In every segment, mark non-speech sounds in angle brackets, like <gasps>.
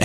Eh,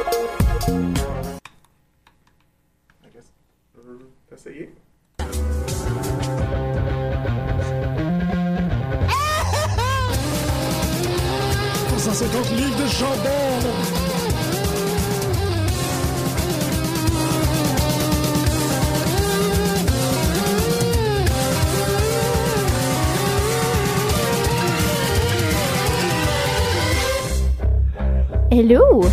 Essayez. Pour 150 livres de chandelle. Hello!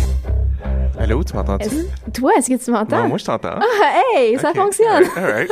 Allô, tu m'entends-tu? Est-ce- Toi, est-ce que tu m'entends? Non, Ben, moi, je t'entends. Ah, <laughs> hey, ça Ok. <laughs> fonctionne! All right.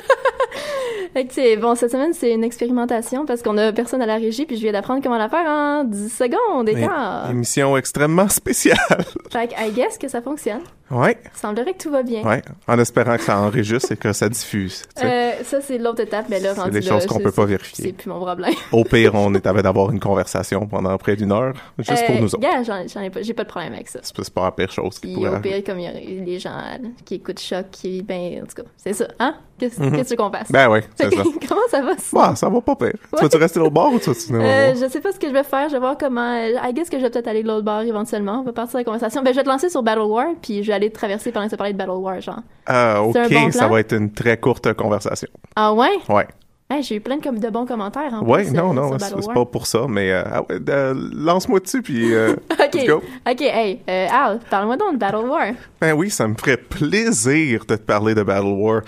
Fait que c'est- bon, cette semaine, c'est une expérimentation parce qu'on a personne à la régie, puis je viens d'apprendre comment la faire en 10 secondes et Une quart. Émission extrêmement spéciale. <laughs> Fait que, I guess que ça fonctionne. ouais, Il semblerait que tout va bien. ouais. En espérant que ça enregistre et que ça diffuse. tu sais. Euh, ça, c'est l'autre étape, mais là, C'est rendu des là, choses qu'on je- peut pas C'est vérifier. plus mon problème. Au pire, on est avait d'avoir une conversation pendant près d'une heure, juste pour Euh, nous autres. gars, j'en- j'en ai pas, j'ai pas de problème avec ça. C'est c'est pas la pire chose qui Puis pourrait au arriver. pire, comme il y a les gens euh, qui écoutent Choc, qui, ben, en tout cas, c'est ça, hein? Qu'est-ce Mhm. qu'est-ce que tu veux qu'on fasse? Ben ouais, <laughs> c'est ça. comment ça va? sinon? Ouais, ça va pas pire. Tu vas-tu rester au bord ou tu vas-tu venir me Euh, voir? je sais pas ce que je vais faire. Je vais voir comment. euh, I guess que je vais peut-être aller de l'autre bar éventuellement. On va partir de la conversation. Ben, je vais te lancer sur Battle War, puis je vais aller te traverser pendant que tu parler de Battle War, genre. Ah, ok, c'est un bon ça plan? va être une très courte conversation. Ah ouais? Ouais. Hey, J'ai eu plein de, com- de bons commentaires. En Ouais, plus, non, euh, non, sur c'est Battle c'est War. pas pour ça, mais euh, ah ouais, euh, lance-moi dessus, puis euh, let's go. <laughs> Ok, ok, hey, euh, Al, parle-moi donc de Battle War. Ben oui, ça me ferait plaisir de te parler de Battle War.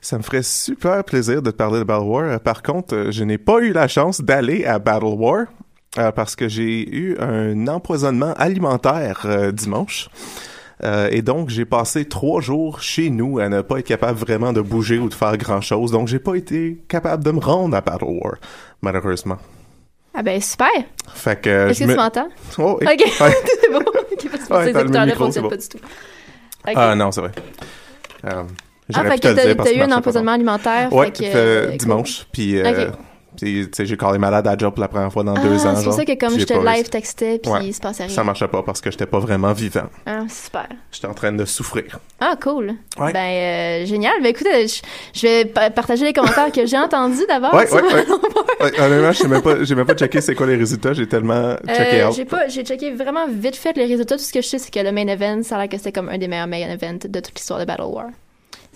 Ça me ferait super plaisir de te parler de Battle War. Euh, Par contre, euh, je n'ai pas eu la chance d'aller à Battle War euh, parce que j'ai eu un empoisonnement alimentaire euh, dimanche. Euh, et donc, j'ai passé trois jours chez nous à ne pas être capable vraiment de bouger ou de faire grand-chose. Donc, j'ai pas été capable de me rendre à Battle War, malheureusement. Ah ben super. Fait que... euh, Est-ce je que me- tu m'entends? <laughs> Oh, et- Ok, ouais. c'est bon. Ok, parce que Ouais, ces t'as le écouteurs micro, ne c'est fonctionnent bon. pas du tout. Ok. Ah non, c'est vrai. Euh, Ah, j'aurais fait pu te que le t'as dire parce t'as que eu ça un marchait pas empoisonnement alimentaire. Ouais, fait que, euh, euh, dimanche. Puis, euh, Ok. puis, tu sais, j'ai callé malade à job pour la première fois dans Ah, deux ans. C'est pour genre, ça que comme puis je j'ai te pas live réussi. textais, puis Ouais. il se passait rien. Ça marchait pas parce que j'étais pas vraiment vivant. Ah, super. J'étais en train de souffrir. Ah, cool. Ouais. Ben, euh, génial. Ben, écoutez, je, je vais pa- partager les commentaires que j'ai entendus d'abord. Ouais, sur ouais, mon ouais. nombre. Ouais, Honnêtement, j'ai même pas, j'ai même pas checké c'est quoi les résultats. J'ai tellement checké Euh, out. j'ai pas, j'ai checké vraiment vite fait les résultats. Tout ce que je sais, c'est que le main event, ça a l'air que c'était comme un des meilleurs main events de toute l'histoire de Battle War.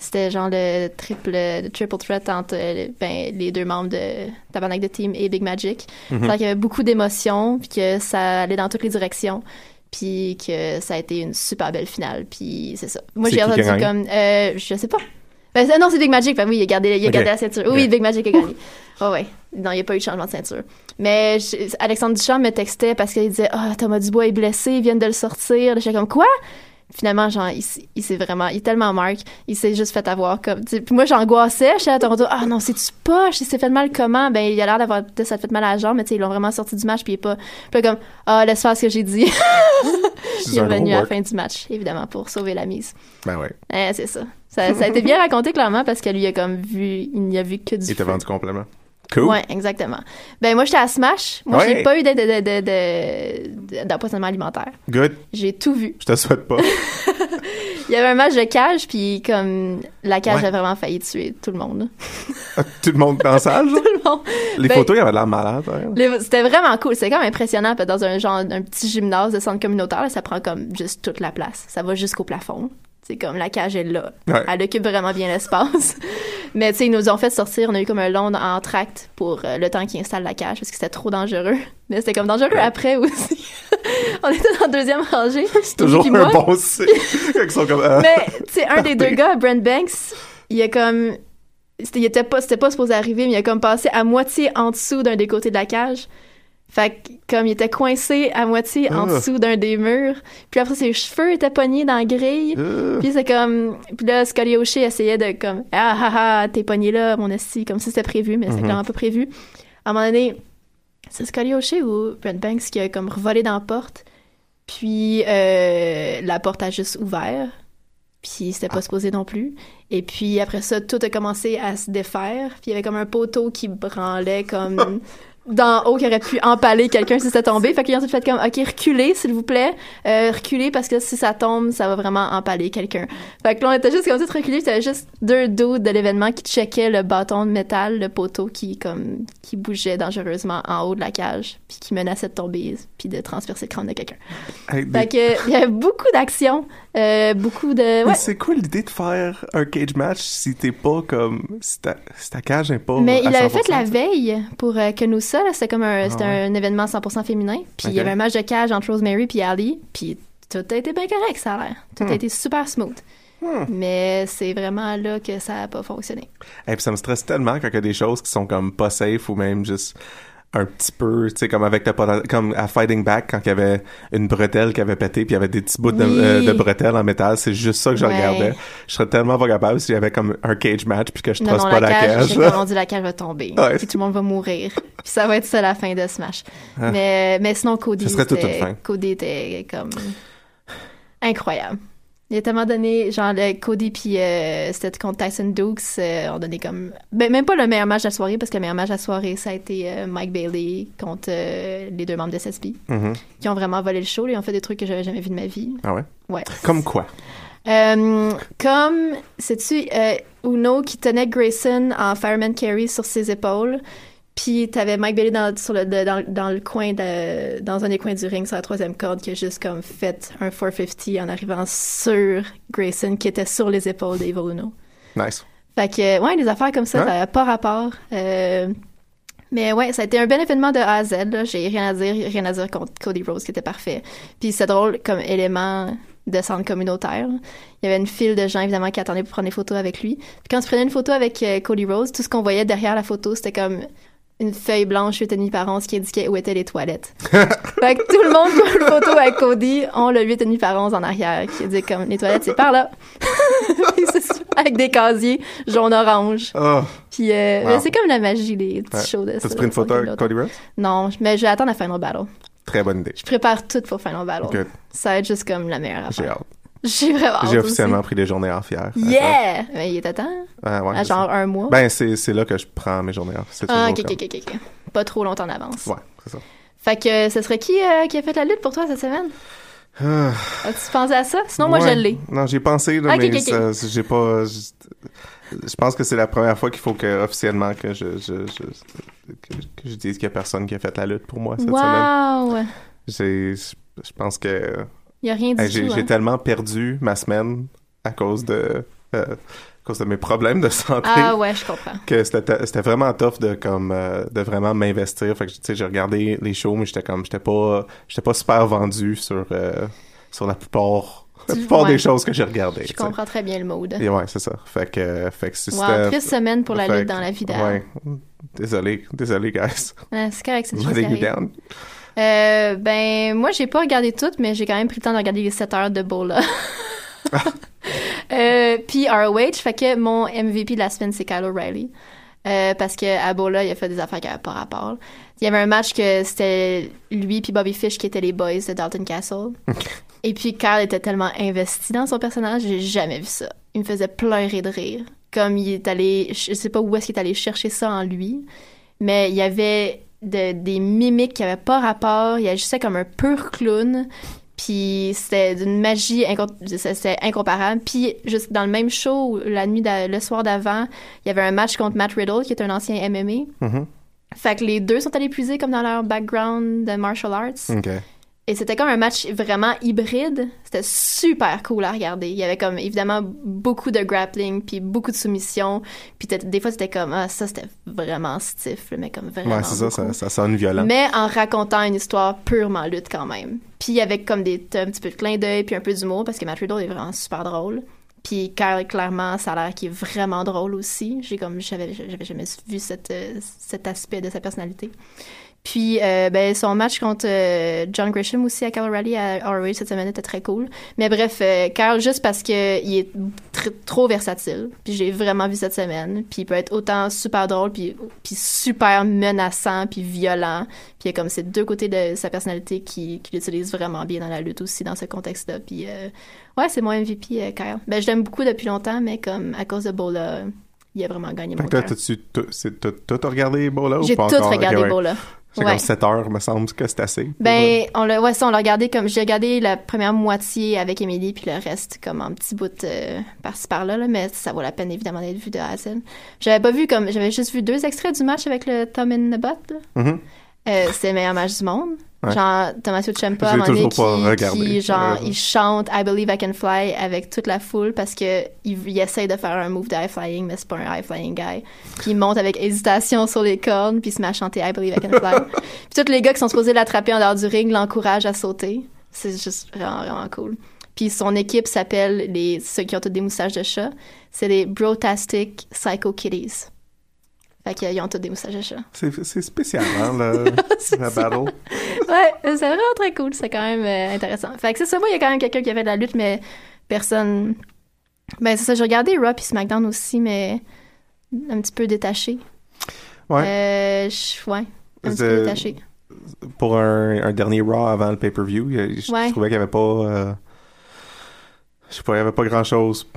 C'était genre le triple, le triple threat entre euh, le- ben, les deux membres de Tabarnak de Team et Big Magic. Mhm. Ça a l'air qu'il y avait beaucoup d'émotions, puis que ça allait dans toutes les directions, puis que ça a été une super belle finale, puis c'est ça. Moi, C'est j'ai qui qui entendu a gagné? comme. euh, je sais pas. Ben, c'est- non, c'est Big Magic, ben oui, il a gardé, il a Ok. gardé la ceinture. Oui, Ok. Big Magic a gagné. Oh, ouais. Non, il n'y a pas eu de changement de ceinture. Mais je- Alexandre Duchamp me textait parce qu'il disait Ah, Thomas Dubois est blessé, ils viennent de le sortir. J'étais comme Quoi Finalement, genre, il, s- il s'est vraiment, il est tellement marque, il s'est juste fait avoir comme. tu sais, Puis moi, j'angoissais, j'étais à Toronto, ah non, c'est-tu poche, il s'est fait mal comment? Ben, il a l'air d'avoir, peut-être ça fait mal à la jambe, mais tu sais, ils l'ont vraiment sorti du match, puis il est pas. Puis là, comme, ah, laisse faire ce que j'ai dit. <laughs> C'est il est un gros revenu à la work. fin du match, évidemment, pour sauver la mise. Ben ouais. Eh, c'est ça. ça. ça a été bien raconté, clairement, parce que lui, il a comme vu, il n'y a vu que du. Il t'a feu. vendu complètement. Cool. Ouais, exactement. Ben moi j'étais à Smash. Moi Ouais. j'ai pas eu d'aide de- de- de- de- d'empoisonnement alimentaire. Good. J'ai tout vu. Je te souhaite <laughs> pas. Il y avait un match de cage puis comme la cage Ouais. a vraiment failli tuer tout le monde. <laughs> Tout le monde dans la salle, genre. Tout le monde. Les Ben- photos, il y avait de l'air malade. hein. Les- C'était vraiment cool. C'était quand même impressionnant parce que dans un genre un petit gymnase de centre communautaire, là, ça prend comme juste toute la place. Ça va jusqu'au plafond. C'est comme la cage est là. Ouais. Elle occupe vraiment bien l'espace. <laughs> Mais tu sais, ils nous ont fait sortir. On a eu comme un long entracte pour euh, le temps qu'ils installent la cage parce que c'était trop dangereux. <laughs> Mais c'était comme dangereux Ouais. après aussi. <laughs> on était dans la deuxième rangée. C'est toujours Puis un moi- bon signe. <laughs> Ils sont comme. euh, mais, tu sais, un <laughs> des deux gars, Brent Banks, il a comme. C'était, il était pas, c'était pas supposé arriver, mais il a comme passé à moitié en dessous d'un des côtés de la cage. Fait que, comme il était coincé à moitié en Ah. dessous d'un des murs. Puis après, ses cheveux étaient pognés dans la grille. euh, Puis c'est comme. Puis là, Scully O'Shea essayait de comme. Ah ah ah, t'es pogné là, mon esti, comme si c'était prévu, mais c'était Mhm. clairement pas prévu. À un moment donné, c'est Scully O'Shea ou Brent Banks qui a comme revolé dans la porte. Puis euh, la porte a juste ouvert. Puis c'était pas supposé non plus. Et puis après ça, tout a commencé à se défaire. Puis il y avait comme un poteau qui branlait comme d'en haut qui aurait pu empaler quelqu'un si c'était tombé. Fait qu'ils ont tout fait comme, OK, reculez, s'il vous plaît. Euh, reculez parce que si ça tombe, ça va vraiment empaler quelqu'un. Fait que là, on était juste comme ça, reculé. Puis t'avais juste deux dudes de l'événement qui checkaient le bâton de métal, le poteau qui, comme, qui bougeait dangereusement en haut de la cage. Puis qui menaçait de tomber, puis de transpercer le crâne de quelqu'un. Hey, mais- Fait que, il y avait beaucoup d'actions, euh, beaucoup mais de, ouais. c'est quoi l'idée de faire un cage match si t'es pas comme. Si ta, si ta cage n'est pas. Mais à il avait fait 100%, la veille pour euh, Kenusa, là, c'était comme un, c'était Ah ouais. un événement 100% féminin. Puis il Ok. y avait un match de cage entre Rosemary puis Ali, puis tout a été bien correct, ça a l'air. Tout Hmm. a été super smooth. Mais c'est vraiment là que ça a pas fonctionné. Et puis ça me stresse tellement quand il y a des choses qui sont comme pas safe ou même juste un petit peu, tu sais, comme avec le pota- comme à Fighting Back quand il y avait une bretelle qui avait pété puis il y avait des petits bouts de, Oui. euh, de bretelles en métal, c'est juste ça que je Ouais. regardais. Je serais tellement pas capable s'il y avait comme un cage match puis que je Non, trosse non, pas la la cage, cage. j'ai là. rendu la cage va tomber. Ouais. Puis tout le monde va mourir. puis ça va être ça la fin de Smash. Mais, mais sinon, Cody, Ce Ah. serait toute c'était- une fin. Cody était comme incroyable. Il a tellement donné, genre, le Cody puis euh, c'était contre Tyson Dukes, euh, ont donné comme. Ben, même pas le meilleur match de la soirée, parce que le meilleur match de la soirée, ça a été euh, Mike Bailey contre euh, les deux membres de SSP, Mhm. qui ont vraiment volé le show. là. Ils ont fait des trucs que j'avais jamais vu de ma vie. Ah ouais? Ouais. Comme quoi? Euh, comme, sais-tu, euh, Uno qui tenait Grayson en Fireman Carry sur ses épaules, puis t'avais Mike Bailey dans, sur le, de- dans, dans le coin, de, dans un des coins du ring sur la troisième corde qui a juste comme fait un 450 en arrivant sur Grayson qui était sur les épaules d'Eva Uno. Nice. Fait que, ouais, des affaires comme ça, Ouais. ça n'a pas rapport. Euh, mais ouais, ça a été un bel événement de A à Z. là. J'ai rien à dire, rien à dire contre Cody Rose qui était parfait. Puis c'est drôle comme élément de centre communautaire. Il y avait une file de gens évidemment qui attendaient pour prendre des photos avec lui. Puis quand on se prenait une photo avec euh, Cody Rose, tout ce qu'on voyait derrière la photo, c'était comme une feuille blanche 8,5 par 11 qui indiquait où étaient les toilettes. fait que tout le monde qui a une photo avec Cody ont le 8,5 par 11 en arrière qui dit comme les toilettes c'est par là. Puis <laughs> c'est ça, avec des casiers jaune-orange. Oh, Puis euh, Wow. mais c'est comme la magie des petits Ouais. shows de t'as ça, pris une de photo Cody avec Rhodes. Cody Rhodes? Non, mais je vais attendre la Final Battle. Très bonne idée. Je prépare tout pour Final Battle. Good. Ça va être juste comme la meilleure J'ai affaire. hâte. <laughs> J'ai vraiment hâte J'ai aussi. officiellement pris des journées off hier. Yeah! Mais il est à temps. Ah, ouais, à c'est ça. genre un mois. Ben, c'est c'est là que je prends mes journées off. C'est toujours ah, ok, comme- ok, ok, ok. Pas trop longtemps en avance. Ouais, c'est ça. Fait que euh, ce serait qui euh, qui a fait la lutte pour toi cette semaine? Ah. As-tu pensé à ça? Sinon, moi, Ouais. je l'ai. Ah, Non, j'ai pensé, là, Ok, mais ok, ok. ça, j'ai pas. Je, je pense que c'est la première fois qu'il faut que officiellement que je, je, je- que, que je dise qu'il y a personne qui a fait la lutte pour moi cette semaine. Wow! J'ai, je, je pense que Il y a rien du hey, j'ai, tout. j'ai hein. tellement perdu ma semaine à cause de euh, à cause de mes problèmes de santé Ah ouais, je comprends. que c'était c'était vraiment tough de comme euh, de vraiment m'investir fait que tu sais j'ai regardé les shows mais j'étais comme j'étais pas j'étais pas super vendu sur euh, sur la plupart la Tu- plupart ouais. des choses que j'ai regardées Je tu sais. comprends très bien le mode. Et ouais, c'est ça. Fait que, euh, fait que si Wow, c'était- triste semaine pour la fait lutte que- dans la vie d'Al. Ouais. Désolé, désolé, <laughs> guys. Ouais, c'est correct, c'est des choses qui Letting you arrivent. down. Euh, ben, moi, j'ai pas regardé toutes, mais j'ai quand même pris le temps de regarder les 7 heures de Bola. <laughs> euh, puis ROH, fait que mon MVP de la semaine, c'est Kyle O'Reilly. Euh, parce que à Bola, il a fait des affaires qui n'avaient pas rapport. Il y avait un match que c'était lui puis Bobby Fish qui étaient les boys de Dalton Castle. Et puis Kyle était tellement investi dans son personnage, j'ai jamais vu ça. Il me faisait pleurer de rire. Comme il est allé, je sais pas où est-ce qu'il est allé chercher ça en lui, mais il y avait de- des mimiques qui n'avaient pas rapport. Il agissait comme un pur clown. Puis c'était d'une magie incom- c'est- c'est incomparable. Puis juste dans le même show, la nuit, d'a- le soir d'avant, il y avait un match contre Matt Riddle, qui est un ancien MMA. Mhm. Fait que les deux sont allés puiser comme dans leur background de martial arts. OK. Et c'était comme un match vraiment hybride. C'était super cool à regarder. Il y avait comme évidemment beaucoup de grappling, puis beaucoup de soumission. Puis t'étais- des fois c'était comme ah ça c'était vraiment stiff, là, mais comme vraiment. Ouais, c'est ça, beaucoup. ça, ça sonne violent. Mais en racontant une histoire purement lutte quand même. Puis avec comme des un petit peu de clin d'œil puis un peu d'humour parce que Matt Riddle est vraiment super drôle. Puis Kyle, clairement, ça a l'air qu'il est vraiment drôle aussi. J'ai comme j'avais j'avais jamais vu cette, euh, cet aspect de sa personnalité. Puis euh, ben, son match contre euh, John Grisham aussi à Kyle Rally à ROH cette semaine était très cool. Mais bref, euh, Kyle, juste parce que il est tr- trop versatile. Puis j'ai vraiment vu cette semaine. Puis il peut être autant super drôle, puis, puis super menaçant, puis violent. Puis il y a comme ces deux côtés de sa personnalité qui, qui l'utilise vraiment bien dans la lutte aussi, dans ce contexte-là. Puis euh, ouais, c'est mon MVP, euh, Kyle. Ben, je l'aime beaucoup depuis longtemps, mais comme à cause de Bola, il a vraiment gagné Fait mon que là, cœur. t'as-tu tout- c'est- t'as tout regardé Bola ou J'ai tout pas encore? regardé Ok, ouais. Bola. C'est Ouais. comme 7 heures, me semble que c'est assez. Ben, on l'a, ouais, ça, on l'a regardé comme, j'ai regardé la première moitié avec Émilie, puis le reste comme un petit bout euh, par-ci par-là, là, mais ça vaut la peine évidemment d'être vu de A à Z. J'avais pas vu comme, j'avais juste vu deux extraits du match avec le Tom and the Bot, là. Mhm. Euh, c'est le meilleur match du monde. Ouais. Genre, Tommaso Ciampa, à un J'ai moment donné, toujours pas qui, regardé, qui, genre, malheureusement. il chante I Believe I Can Fly avec toute la foule parce que il, il essaie de faire un move de high flying, mais c'est pas un high flying guy. Puis il monte avec hésitation sur les cornes, puis il se met à chanter I Believe I <laughs> Can Fly. puis tous les gars qui sont supposés l'attraper en dehors du ring l'encouragent à sauter. C'est juste vraiment, vraiment cool. Puis son équipe s'appelle les ceux qui ont tous des moustaches de chat. C'est les Brotastic Psycho Kitties. Fait qu'ils ont tous des moustaches de <laughs> chat. C'est c'est spécial, hein, <laughs> le- la battle. Ouais, euh, c'est vraiment très cool. C'est quand même euh, intéressant. Fait que c'est ça. Moi, il y a quand même quelqu'un qui avait de la lutte, mais personne. Ben, c'est ça. J'ai regardé Raw puis SmackDown aussi, mais un petit peu détaché. Ouais. Euh, je- ouais. Un petit peu Euh, détaché. Pour un, un dernier Raw avant le pay-per-view, euh, je Ouais. trouvais qu'il n'y avait pas. euh, je sais pas, il n'y avait pas grand-chose.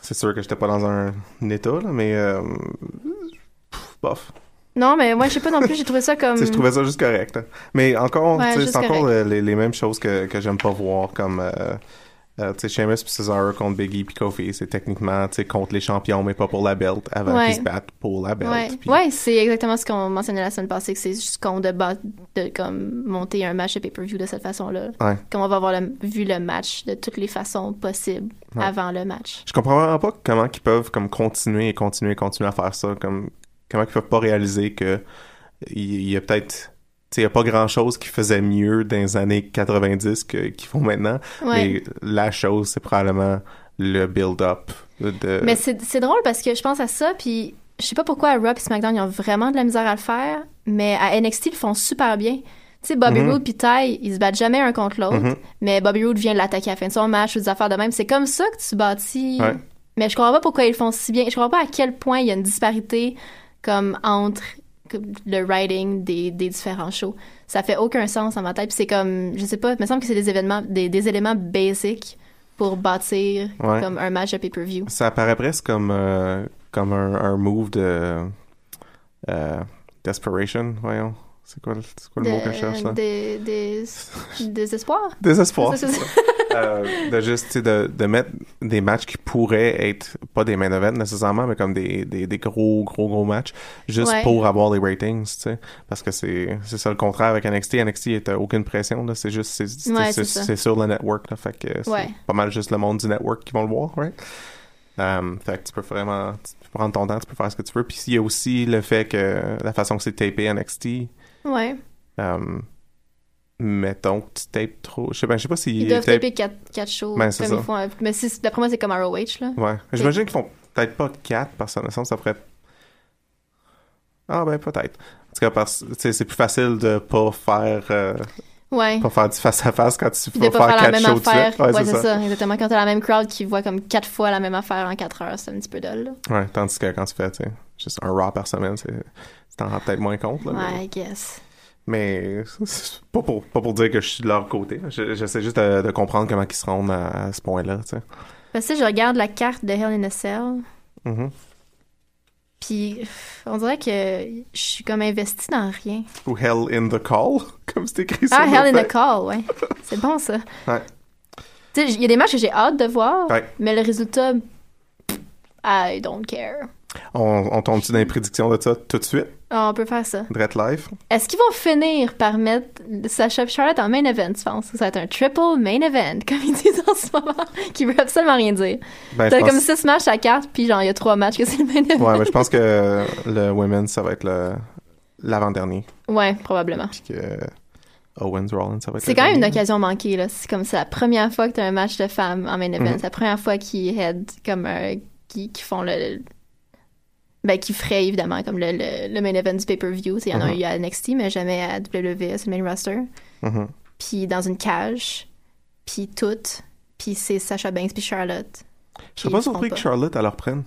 C'est sûr que j'étais pas dans un, un état, là, mais. euh, pff, bof. Non, mais moi, je sais pas non plus. J'ai <laughs> trouvé ça comme. Tu sais, je trouvais ça juste correct. hein. Mais encore, Mm. Ouais, tu sais, juste c'est encore euh, les, les mêmes choses que, que j'aime pas voir, comme euh, euh, tu sais, Sheamus puis Cesaro contre Biggie puis Kofi, c'est techniquement tu sais, contre les champions, mais pas pour la belt, avant Ouais. qu'ils se battent pour la belt. Ouais, puis- ouais c'est exactement ce qu'on mentionnait la semaine passée, que c'est juste qu'on de, bat- de comme, monter un match de pay-per-view de cette façon-là. Ouais. Comme on va avoir le- vu le match de toutes les façons possibles Ouais. avant le match. Je comprends vraiment pas comment ils peuvent comme continuer et continuer et continuer à faire ça, comme comment ils peuvent pas réaliser que il il y, a peut-être tu sais, il y a pas grand chose qui faisait mieux dans les années 90 que- qu'ils font maintenant, Ouais. mais la chose c'est probablement le build-up de Mais c'est c'est drôle parce que je pense à ça, puis je sais pas pourquoi à Raw et SmackDown, ils ont vraiment de la misère à le faire, mais à NXT, ils le font super bien. Tu sais, Bobby Mhm. Roode puis Ty, ils se battent jamais un contre l'autre, Mhm. mais Bobby Roode vient l'attaquer à la fin de son match ou des affaires de même. C'est comme ça que tu bâtis. Ouais. Mais je comprends pas pourquoi ils le font si bien. Je comprends pas à quel point il y a une disparité comme entre comme, le writing des, des différents shows. Ça fait aucun sens dans ma tête. Puis c'est comme, je sais pas, il me semble que c'est des événements, des, des éléments basiques pour bâtir Ouais. comme un match de pay-per-view. Ça apparaît presque comme, euh, comme un, un move de euh, desperation, voyons. C'est quoi, le- c'est quoi le mot que je cherche là? <laughs> Des, des, des espoirs. Désespoir. C'est- c'est- Euh, de juste tu sais, de, de mettre des matchs qui pourraient être pas des main events nécessairement, mais comme des, des, des gros, gros, gros matchs, juste Ouais. pour avoir les ratings, tu sais. Parce que c'est c'est ça le contraire avec NXT. NXT, il y a aucune pression, là. C'est juste, c'est- c'est Ouais, c'est c'est- ça. c'est sur le network, là. Fait que c'est Ouais. pas mal juste le monde du network qui vont le voir, right? Um, fait que tu peux vraiment tu peux prendre ton temps, tu peux faire ce que tu veux. Puis il y a aussi le fait que la façon que c'est tapé NXT, ouais. um, mettons que tu tapes trop. Je sais, ben, je sais pas si. Ils doivent taper 4, shows Ben, c'est comme ça. ils font. avec- Mais si- d'après moi, c'est comme ROH, là. Ouais. J'imagine qu'ils font peut-être pas 4 parce que ça me semble que ça ferait. Ah ben peut-être. En tout cas, parce tu sais, c'est plus facile de pas faire euh, Ouais. pas faire du face à face quand tu Puis de vas pas faire la quatre même shows de affaire. suite. Ouais, c'est ça. Exactement. Quand t'as la même crowd qui voit comme quatre fois la même affaire en quatre heures, c'est un petit peu dull, là. Ouais, tandis que quand tu fais tu sais, juste un raw par semaine, c'est tu t'en rends peut-être moins compte là, Ouais, I guess. mais, mais c'est pas pour pas pour dire que je suis de leur côté. Je- J'essaie juste de, de comprendre comment ils se rendent à, à ce point-là, tu sais. Parce que je regarde la carte de Hell in a Cell, Mm-hmm. Mhm. puis pff, on dirait que je suis comme investie dans rien. Ou hell in the call, <laughs> comme c'est écrit sur Ah, le Hell in a fait. Call, ouais. C'est bon, ça. Ouais. Tu sais, il y a des matchs que j'ai hâte de voir, Ouais. mais le résultat, pff, I don't care. On, on tombe-tu dans les prédictions de ça tout de suite, Ah, On peut faire ça. Dread Life? Est-ce qu'ils vont finir par mettre Sacha et Charlotte en main event, tu penses? Ça va être un triple main event, <laughs> comme ils disent en ce moment, qui veut absolument rien dire. Ben, je T'as pense- comme six matchs à carte, puis genre, il y a trois matchs que c'est le main <laughs> event. Ouais, mais je pense que le Women's, ça va être le l'avant-dernier. Ouais, probablement. Puis que Owens Rollins, ça va être C'est le quand même une dernier. occasion manquée, là. C'est comme c'est la première fois que t'as un match de femmes en main event. Mhm. C'est la première fois qu'ils head comme euh, qui, qui font le. le- Ben, qui ferait évidemment comme le, le, le main event du pay-per-view. Tu sais, Il y en a Mhm. eu à NXT, mais jamais à WWE, c'est le main roster. Mhm. Puis dans une cage, puis toutes. Puis c'est Sasha Banks puis Charlotte. Je serais Ils pas le font surpris que pas. Charlotte elle leur prenne.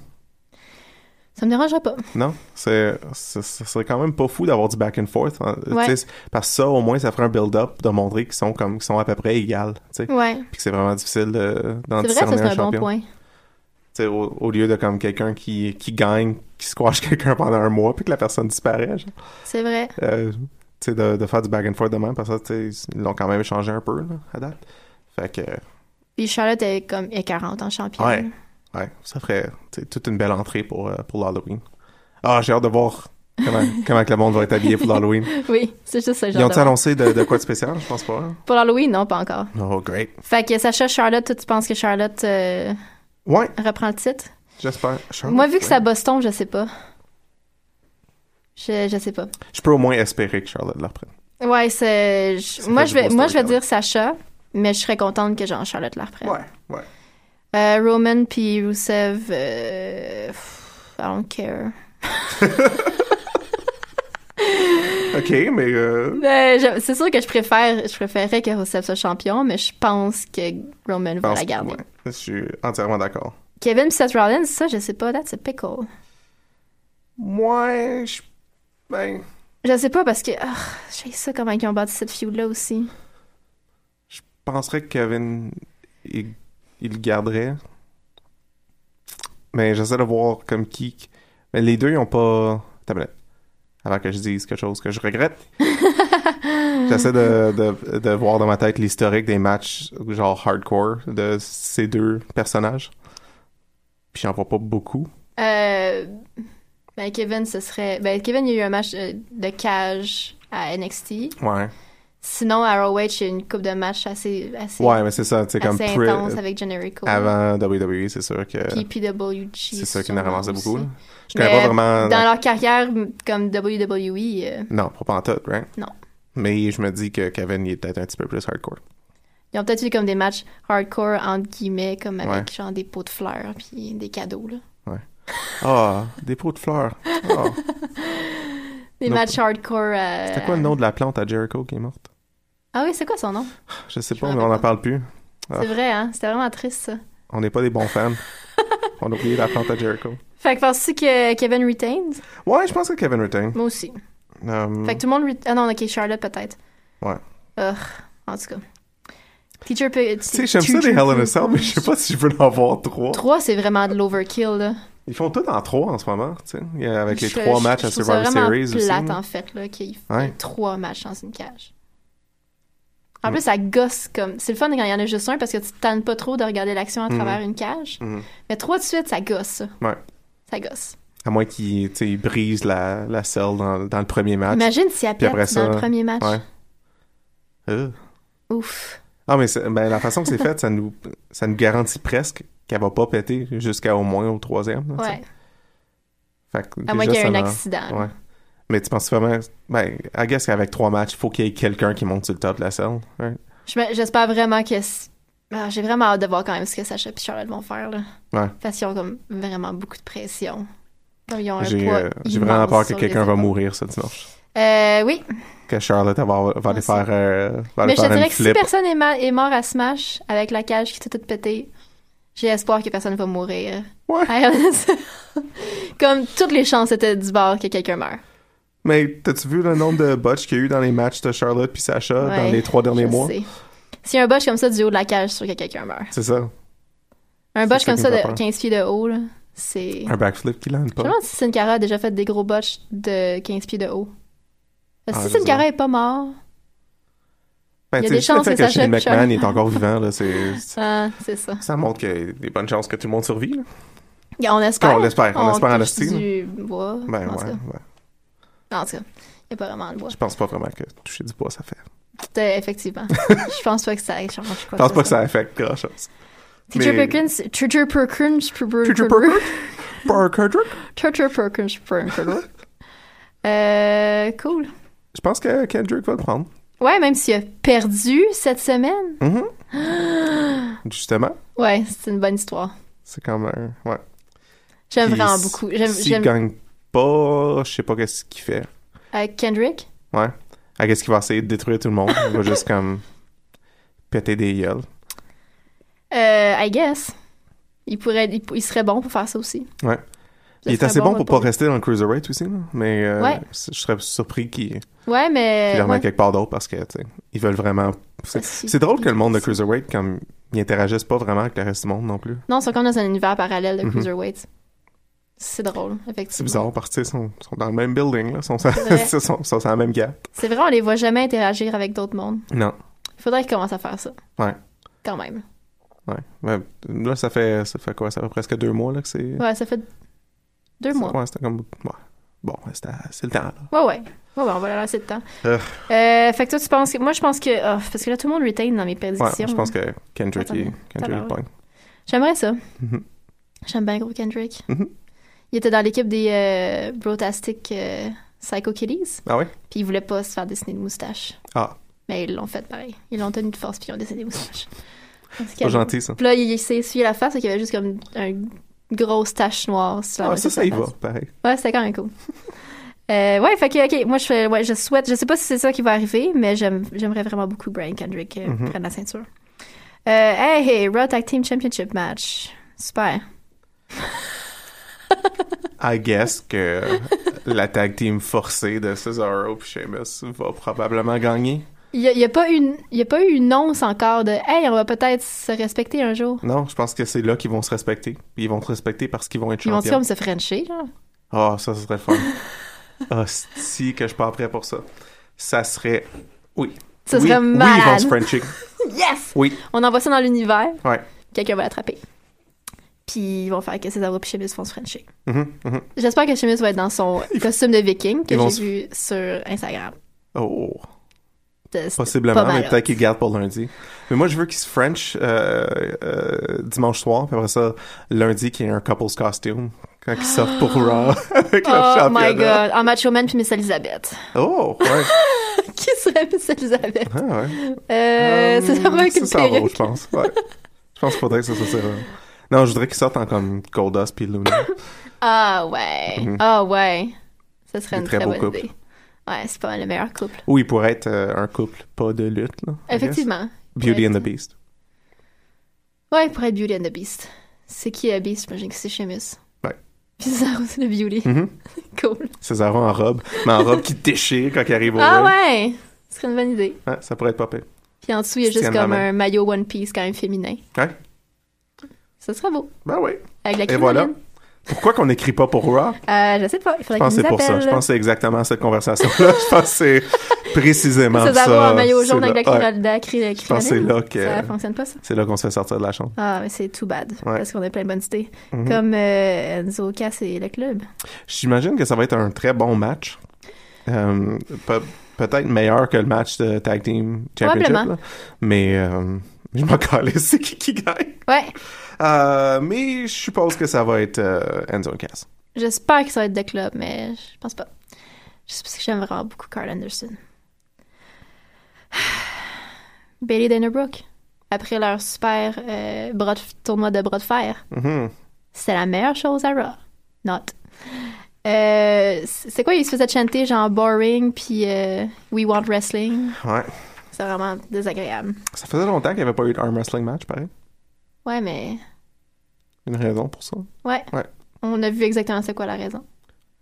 Ça me <laughs> dérangera pas. Non, c'est, c'est- ce serait quand même pas fou d'avoir du back and forth. hein, tu Ouais. sais, Parce que ça, au moins, ça ferait un build-up de montrer qu'ils sont comme, qu'ils sont à peu près égales. tu sais. Ouais. Puis que c'est vraiment difficile de- d'en Mm. C'est vrai, ça, discerner c'est un un bon champion. point. Tu sais, au, au lieu de comme quelqu'un qui, qui gagne, qui squash <laughs> quelqu'un pendant un mois, puis que la personne disparaît. genre. C'est vrai. Euh, tu sais, de, de faire du back and forth de même, parce que tu sais, ils l'ont quand même changé un peu là, à date. Fait que, Puis Charlotte est comme est 40 en championne. ouais, ouais, ça ferait tu sais, toute une belle entrée pour, euh, pour l'Halloween. Ah, j'ai hâte de voir comment, <laughs> comment que le monde va être habillé pour l'Halloween. <laughs> Oui, c'est juste ça. Ils ont-ils annoncé de, de quoi de spécial? Je pense pas. hein? Pour Halloween, non, pas encore. Oh, great. Fait que Sacha, Charlotte, toi, tu penses que Charlotte euh, Ouais, reprend le titre? j'espère. Charlotte, Moi, vu que Ah, ouais. c'est à Boston, je sais pas. Je, je sais pas. Je peux au moins espérer que Charlotte la reprenne. Ouais, c'est. je- Ça moi, fait je du vais, beau moi, je vais storytelling. dire Sacha, mais je serais contente que Jean-Charlotte la reprenne. ouais. Euh, Roman puis Rusev, euh, pff, I don't care. Ok, mais euh, Ben, je- c'est sûr que je préfère, je préférerais que Rusev soit champion, mais je pense que Roman va pense- la garder. ouais, je suis entièrement d'accord. Kevin pis Seth Rollins, ça, je sais pas, that's a pickle. Moi, je. Ben. Je sais pas parce que, ah, je sais ça comment ils ont bâti cette feud-là aussi. Je penserais que Kevin, il, il le garderait. Mais j'essaie de voir comme qui. Mais les deux, ils ont pas. Attends une minute. Avant que je dise quelque chose que je <laughs> regrette. j'essaie de, de, de voir dans ma tête l'historique des matchs, genre hardcore, de ces deux personnages. Puis j'en vois pas beaucoup. Euh, ben, Kevin, ce serait. Ben, Kevin, il y a eu un match euh, de cage à NXT. Ouais. Sinon, à ROH, il y a une coupe de matchs assez, assez, Ouais, mais c'est ça, tu sais, comme assez pre- intense avec Generico. avant WWE, c'est sûr que. Puis PWG. C'est sûr qu'il en ramassait beaucoup. là. aussi. Euh, Je connais Mais pas vraiment. Dans leur carrière m- comme WWE, euh, Non, pas pantoute, right? Non. Mais je me dis que Kevin, il est peut-être un petit peu plus hardcore. ils ont peut-être eu comme des matchs hardcore, entre guillemets, comme avec Ouais. genre des pots de fleurs puis des cadeaux. Là. Ah, des pots de fleurs. <laughs> Euh. Ah, Des Non. matchs hardcore. euh, C'était quoi le nom de la plante à Jericho qui est morte? Ah oui, c'est quoi son nom? Je sais Je pas, m'en mais on rappelle n'en parle plus. Ah. C'est vrai, hein? C'était vraiment triste, ça. On n'est pas des bons <laughs> fans. on a oublié la plante à Jericho. Fait que penses-tu que Kevin retains? Ouais, je pense que Kevin retain. Moi aussi. Euh, Fait que tout le monde... ret- Ah non, OK, Charlotte, peut-être. Ouais. Ugh, en tout cas. Teacher... Tu Tu sais, j'aime ça des Hell in a Cell, mais je sais pas si je veux en avoir trois. 3, c'est vraiment de l'overkill, là. Ils font tout en trois en ce moment, tu sais. Il y a- Avec les Je- trois je- matchs je à trouve Survivor ça vraiment Series aussi. plate, hein. là. en fait, là, qu'il fait Ouais. trois matchs dans une cage. En Mm. plus, ça gosse comme... C'est le fun quand il y en a juste un, parce que tu te tannes pas trop de regarder l'action à Mhm. travers une cage. Mhm. Mais trois de suite, ça gosse, ça. Ouais. Ça gosse. À moins qu'il tu sais, il brise la, la selle dans, dans le premier match. Imagine si elle Ah, Puis pète après dans ça, le premier match. Ouais. Euh. Ouf. Ah, mais c'est- ben, la façon que c'est fait, ça nous, ça nous garantit presque qu'elle va pas péter jusqu'à au moins au troisième. là, Ah, tu sais. Ouais. Fait que À déjà, moins qu'il y ait ça un m'a- accident. là. Ouais. Mais tu penses vraiment. Ben, I guess qu'avec trois matchs, il faut qu'il y ait quelqu'un qui monte sur le top de la hein. selle. right? Je me- J'espère vraiment que. c- Ah, J'ai vraiment hâte de voir quand même ce que Sacha et Charlotte vont faire. Là. Ouais. Parce qu'ils ont comme vraiment beaucoup de pression. Comme ils ont un J'ai poids euh, j'ai immense vraiment peur que sur les quelqu'un va épaules. mourir ce dimanche. Euh, oui, Que Charlotte elle va, va aller Aussi. faire, euh, va aller mais je te faire dirais une que si flip. personne est, ma- est mort à Smash avec la cage qui s'est toute pétée, j'ai espoir que personne va mourir. Ouais. À <laughs> LSL. comme toutes les chances étaient du bord que quelqu'un meurt. Mais t'as-tu vu le nombre de botches qu'il y a eu dans les matchs de Charlotte puis Sacha dans Ouais, les trois derniers je mois? sais. S'il y a un botch comme ça du haut de la cage, je suis sûr que quelqu'un meurt. C'est ça. Un C'est botch ça comme qui ça me fait de peur. 15 pieds de haut, là, c'est. Un backflip qui lande Je pas. me demande si Sincara a déjà fait des gros botches de 15 pieds de haut. Parce que Ah, je si sais Sincara pas. est pas mort, Ben, Il y a tu sais, des juste le chances fait que Sacha Shane puis McMahon Charlotte- est encore vivant, là, c'est... ah, <laughs> c'est ça. Ça montre qu'il y a des bonnes chances que tout le monde survit. Là. Et on espère. On l'espère, on espère en touche esti, du bois. Ben en, ouais, tout cas. ouais. En tout cas, il n'y a pas vraiment de bois. Je pense pas vraiment que toucher du bois, ça fait. <laughs> Euh, Effectivement. je pense pas que ça change Je pense quoi. pas que ce soit. ça affecte grand chose. Teacher mais- Perkins, Teacher Perkins, Teacher Perkins? Teacher Perkins, Parker Drake? Teacher Perkins, Perkins. <laughs> Euh, cool. Je pense que Kendrick va le prendre. Ouais, même s'il a perdu cette semaine. Mhm. Mm-hmm. <gasps> Justement, Ouais, c'est une bonne histoire. c'est comme un. Ouais. J'aime Puis vraiment s- beaucoup. J'aime, S'il j'aime. gagne pas, je sais pas qu'est-ce qu'il fait. Euh, Kendrick? Ouais. Ah, qu'est-ce qu'il va essayer de détruire tout le monde? <laughs> Il va juste comme péter des gueules. Euh, I guess. Il, pourrait, il, il serait bon pour faire ça aussi. Ouais. Ça Il est serait assez bon, mais pour pas rester dans le Cruiserweight aussi, là. mais euh, Ouais. c- je serais surpris qu'ils Ouais, mais. qu'ils le ouais. remettent quelque part d'autre parce que tu sais, ils veulent vraiment. Ça, C'est c'est drôle que le monde de Cruiserweight, comme, ils interagissent pas vraiment avec le reste du monde non plus. Non, c'est comme dans un univers parallèle de Mhm. Cruiserweights. C'est drôle, effectivement. C'est bizarre parce que tu sais, ils sont, ils sont dans le même building, là. ils sont, vrai. <laughs> ils sont, ils sont sur la même carte. C'est vrai, on les voit jamais interagir avec d'autres mondes. Non. Il faudrait qu'ils commencent à faire ça. Ouais. Quand même. Ouais. Ouais. Là, ça fait, ça fait quoi? Ça fait presque deux mois là, que c'est. Ouais, ça fait deux mois. Ouais, c'était comme. ouais. Bon, c'était- c'est le temps. Là. Ouais, ouais. Ouais, ouais, on va leur laisser le temps. Euh. Euh, fait que toi, tu penses que. Moi, je pense que. ah, parce que là, tout le monde retain dans mes Ouais, prédictions. je pense que Kendrick, il, Ça va, Kendrick il ouais. pogne. J'aimerais ça. Mhm. J'aime bien gros Kendrick. Mhm. Il était dans l'équipe des euh, Brotastic euh, Psycho Kitties, Ah ouais? puis il voulait pas se faire dessiner de moustache. Ah. Mais ils l'ont fait pareil. Ils l'ont tenu de force, puis ils ont dessiné des moustaches. Parce que- Pas gentil, ça. Puis là, il s'est essuyé la face, donc il y avait juste comme une grosse tache noire sur la Ah, moitié ça, ça de sa y face. va, pareil. Ouais, c'était quand même cool. <laughs> Euh, ouais, fait que, ok, moi je, fais- ouais, je souhaite, je sais pas si c'est ça qui va arriver, mais j'aime- j'aimerais vraiment beaucoup que Brian Kendrick euh, Mhm. prenne la ceinture. Euh, hey, hey, Raw Tag Team Championship match. Super. I guess que <laughs> la tag team forcée de Cesaro et Sheamus va probablement gagner. Il y a, il y a pas une, il y a pas eu une once encore de, hey, on va peut-être se respecter un jour. Non, je pense que c'est là qu'ils vont se respecter. Puis Ils vont se respecter parce qu'ils vont être Ils vont champions. comme se frencher, genre. Ah, ça, ça serait le fun. <laughs> Hostie que je pars prêt pour ça. Ça serait... Oui. Ça oui, serait Oui, ils vont malade. se frencher. Yes! <laughs> Oui. On envoie ça dans l'univers. Ouais. Quelqu'un va l'attraper. Puis ils vont faire que César et Sheamus vont se frencher. Mhm, mhm. J'espère que Sheamus va être <laughs> dans son costume de viking que Ils vont j'ai vu sur Instagram. Oh, De- possiblement, pas mais mal. peut-être qu'ils le gardent pour lundi. Mais moi, je veux qu'ils se French euh, euh, dimanche soir, puis après ça, lundi, qu'il y ait un couple's costume quand ils sortent <gasps> pour Raw <laughs> avec le Oh championnat. my god, en Macho Man puis Miss Elizabeth. Oh, ouais. <laughs> Qui serait Miss <laughs> Elizabeth? Ah, ouais. Euh, c'est ça vraiment avec une Ça s'en va, perruque. je pense. Ouais. je pense qu'il faudrait que ça soit ça. Non, je voudrais qu'ils sortent en comme Goldust puis Luna. Ah ouais, Mhm. ah ouais. Ça serait Des une très très, beaux bonne couples. idée. Ouais, c'est pas mal le meilleur couple. Ou ils pourraient être euh, un couple, pas de lutte. Là, I guess. Effectivement. Beauty and Pourrait the être- Beast. Ouais, pour être Beauty and the Beast. C'est qui la Beast? J'imagine que c'est Sheamus. Ouais. Puis César c'est le Beauty. Mhm. Cool. César en robe, mais en robe qui déchire quand il arrive au Ah ring. ouais! Ce serait une bonne idée. Ouais, ça pourrait être popé. Puis en dessous, il y a Ils juste tiennent la comme main. un maillot One Piece quand même féminin. Ouais. Ça serait beau. Ben oui. Avec la Et voilà. crinoline. Pourquoi qu'on n'écrit pas pour Raw? Euh, je sais pas. Il Je faudrait pense qu'ils que nous c'est pour ça. appellent. Je pense que c'est exactement cette conversation-là. Je pense que c'est précisément C'est ça. d'avoir un maillot C'est jaune avec la là- ouais, crinoline. la cri- Je pense que c'est crinoline. là que- Ça fonctionne pas, ça? C'est là qu'on se fait sortir de la chambre. Ah, mais c'est too bad. Ouais. Parce qu'on a plein de bonnes idées. Mhm. Comme euh, Enzo Cass et le club. J'imagine que ça va être un très bon match. Euh, pe- Peut-être meilleur que le match de Tag Team Championship. Probablement. là. Mais euh, je m'en calisse, c'est qui qui gagne. Ouais. Euh, mais je suppose que ça va être euh, Enzo et Cass. J'espère que ça va être The Club, mais je pense pas. Juste parce que j'aime vraiment beaucoup Carl Anderson. <sighs> Bailey Dannerbrook, après leur super euh, bras de- tournoi de bras de fer, Mhm. c'était la meilleure chose à Raw. Not. Euh, c- c'est quoi, ils se faisaient chanter genre boring puis euh, we want wrestling. Ouais. C'est vraiment désagréable. Ça faisait longtemps qu'il n'y avait pas eu d'arm wrestling match, pareil. Ouais, mais Une raison pour ça. ouais. Ouais. On a vu exactement c'est quoi la raison.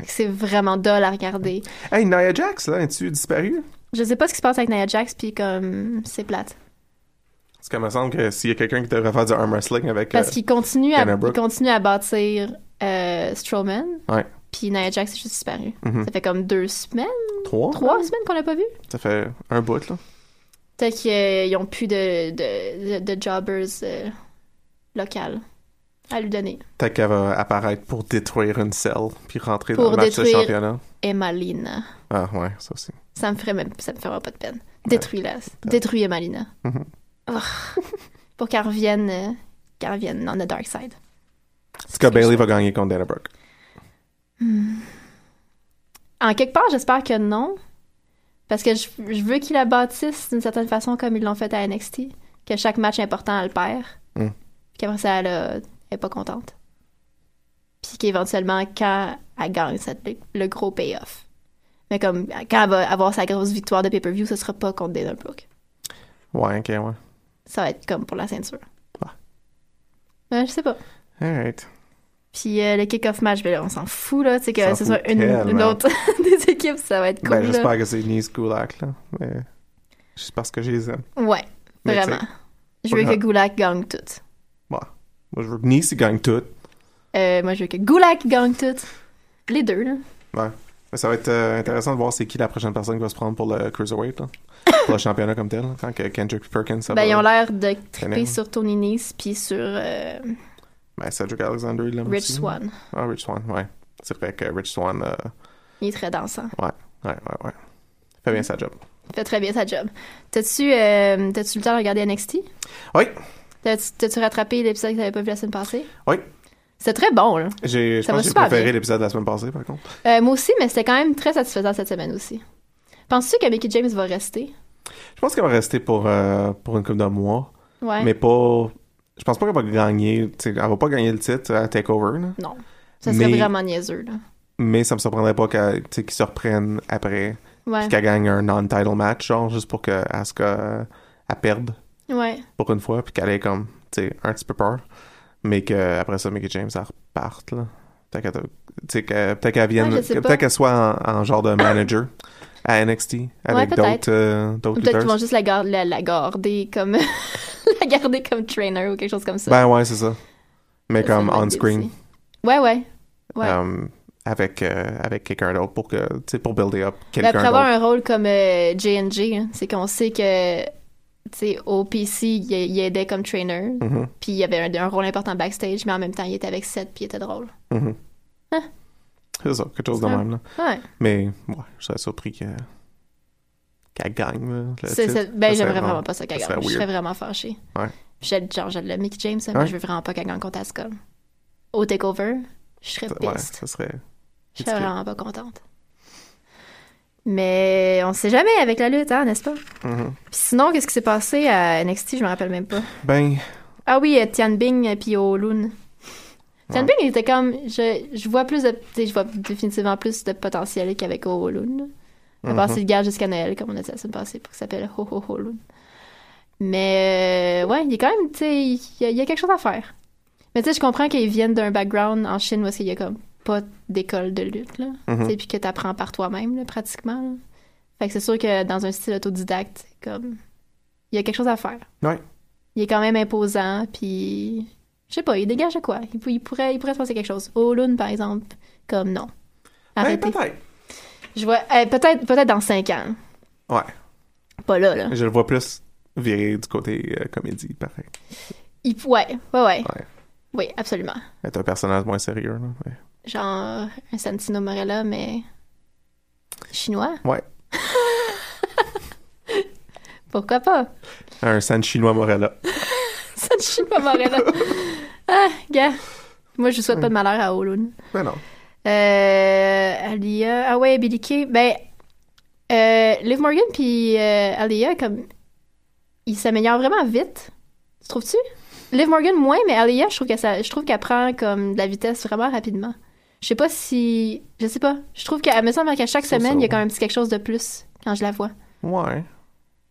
C'est vraiment dole à regarder. Hey, Nia Jax, là, es-tu disparu? Je sais pas ce qui se passe avec Nia Jax, puis comme c'est plate. Parce que me semble que s'il y a quelqu'un qui devrait faire du arm wrestling avec. Parce euh, qu'il continue, à, Dana il Brooke. continue à bâtir euh, Strowman, Ouais. puis Nia Jax est juste disparu. Mhm. Ça fait comme deux semaines, Trois? trois semaines qu'on l'a pas vu. Ça fait un bout, là. Peut-être qu'ils euh, ont plus de, de, de, de jobbers euh, locales à lui donner. Peut-être qu'elle va apparaître pour détruire une selle, puis rentrer dans Pour le match détruire- de championnat. Emma Lina. Ah, ouais, ça aussi. Ça me ferait même, ça me fera pas de peine. Détruis-la. Détruis Emma Lina. Mhm. Oh. Pour qu'elle revienne, euh, qu'elle revienne on the dark side. En tout cas, Bailey va gagner contre Dana Brooke. Hmm. En quelque part, j'espère que non. Parce que je, je veux qu'ils la bâtissent d'une certaine façon comme ils l'ont fait à NXT. Que chaque match important, elle le perd. Mm. Puis qu'après ça, elle, a- elle est pas contente. Puis qu'éventuellement, quand elle gagne, ça va être le gros payoff. Mais comme quand elle va avoir sa grosse victoire de pay-per-view, ce sera pas contre Dana Brooke. Ouais, ok, ouais. Ça va être comme pour la ceinture. Ah. Ouais, je sais pas. Alright. Puis euh, le kick-off match, ben là, on s'en fout, là. Tu sais, S'en que ce fout soit une, tellement. une autre <laughs> des équipes, ça va être cool. Ben, là. j'espère que c'est Nice Gulak, là. Mais juste parce que je les aime. Ouais, Mais vraiment. tu sais, Je veux pas que grave. Gulak gagne tout. Moi, je veux que Nice ils gagnent tout. Euh, moi, je veux que Gulak gagne tout. Les deux, là. Mais ça va être euh, intéressant de voir c'est qui la prochaine personne qui va se prendre pour le Cruiserweight, <laughs> là. pour le championnat comme tel, là, quand que Kendrick Perkins ça ben, va- ils ont l'air de Tenez. triper sur Tony Nese puis sur euh, Ben, Cedric Alexander, là. Rich Swan. Ah, Rich Swan, ouais. C'est vrai que Rich Swan, euh, Il est très dansant. ouais, ouais, ouais. Fait Mm. bien sa job. Il fait très bien sa job. T'as-tu euh, t'as-tu le temps de regarder NXT? Oui. T'as-tu t'as-tu rattrapé l'épisode que t'avais pas vu la semaine passée? Oui. C'était très bon, là. J'ai, je Ça pense va que j'ai super préféré bien. l'épisode de la semaine passée, par contre. Euh, moi aussi, mais c'était quand même très satisfaisant cette semaine aussi. Penses-tu que Mickey James va rester? Je pense qu'elle va rester pour, euh, pour une coupe de mois, Ouais. mais pas. Je pense pas qu'elle va gagner. tu sais, Elle va pas gagner le titre à Takeover, là. Non. Ça serait mais- vraiment niaiseux, là. mais ça me surprendrait pas qu'elle tu sais, qu'ils se reprennent après, Ouais. puis qu'elle gagne un non-title match, genre juste pour que Asuka elle perde Ouais. pour une fois, puis qu'elle ait comme tu sais, un petit peu peur, mais que après ça, Mickey James elle reparte là. Peut-être qu'elle- tu sais, que- peut-être qu'elle vienne, Ouais, je sais pas. peut-être qu'elle soit en, en genre de manager à NXT avec Ouais, peut-être. d'autres euh, d'autres Ou Peut-être qu'ils lutteurs. vont juste la, gar- la, la garder comme... <laughs> la garder comme trainer ou quelque chose comme ça. Ben ouais, c'est ça. Mais Ça, comme c'est une bonne on-screen idée aussi. Ouais, ouais. Ouais. euh, avec euh, avec quelqu'un d'autre pour que tu sais pour build up Mais quelqu'un après d'autre. Ben, avoir un rôle comme euh, J&J, hein, c'est qu'on sait que, tu sais, au PC, il, il aidait comme trainer, Mhm, puis il avait un, un rôle important backstage, mais en même temps, il était avec Seth, puis il était drôle. mhm. Hein? C'est ça, quelque chose de Ça. même là. Ouais. Mais ouais, je serais surpris que qu'elle gagne là, le C'est- titre. c'est- ben, Ça j'aimerais serait vraiment bon. pas ça qu'elle Ça serait gagne. Je weird. serais vraiment fâchée. Ouais. J'aime, genre, j'aime le Mick James, mais Ouais. je veux vraiment pas qu'elle gagne contre Asuka. Au TakeOver, je serais Ça- piste. Ouais, ça serait je serais ridicule. vraiment pas contente. Mais on sait jamais avec la lutte, hein, n'est-ce pas? Mhm. Puis sinon, qu'est-ce qui s'est passé à NXT? Je me rappelle même pas. Ben, Ah oui, euh, Tian Bing euh, puis Ho Loon. Tian Ouais. Bing, il était comme. Je, je vois plus de. tu sais, Je vois définitivement plus de potentiel qu'avec Ho Loon. On va passer de garde jusqu'à Noël, comme on a dit la semaine passée, pour qu'il s'appelle Ho Ho Ho Loon. Mais euh, ouais, il est quand même. Tu sais, il y, a- il y a quelque chose à faire. Mais tu sais, je comprends qu'ils viennent d'un background en Chine où il y a comme pas d'école de lutte, là. mhm. Tu sais, puis que t'apprends par toi-même, là, pratiquement. là. Fait que c'est sûr que dans un style autodidacte, comme, il y a quelque chose à faire. Ouais. Il est quand même imposant, puis je sais pas, il dégage de quoi. Il, pou- il pourrait, il pourrait se passer quelque chose. Olun, par exemple, comme non. Ben, Arrêtez. peut-être. je vois, eh, peut-être, peut-être dans 5 ans. Ouais, Pas là, là. je le vois plus virer du côté euh, comédie, pareil. Il- ouais, ouais, ouais. Ouais. Oui, absolument. Être un personnage moins sérieux, là. ouais. Genre euh, un Santino Morella, mais chinois. Ouais. <laughs> Pourquoi pas? Un San Chinois <laughs> Morella. Ça te chie pas Morella. ah, gars. Moi, je souhaite pas de malheur à Olun. Ben non. Euh, Alia. Ah ouais, Billy Kay. Ben, euh, Liv Morgan puis euh, Alia, comme, ils s'améliorent vraiment vite. Tu trouves-tu? Liv Morgan, moins, mais Alia, je trouve que ça- je trouve qu'elle prend comme de la vitesse vraiment rapidement. Je sais pas si. Je sais pas. Je trouve qu'elle me semble qu'à chaque Ça, ça, semaine, il y a ouais. quand même un petit quelque chose de plus quand je la vois. Ouais.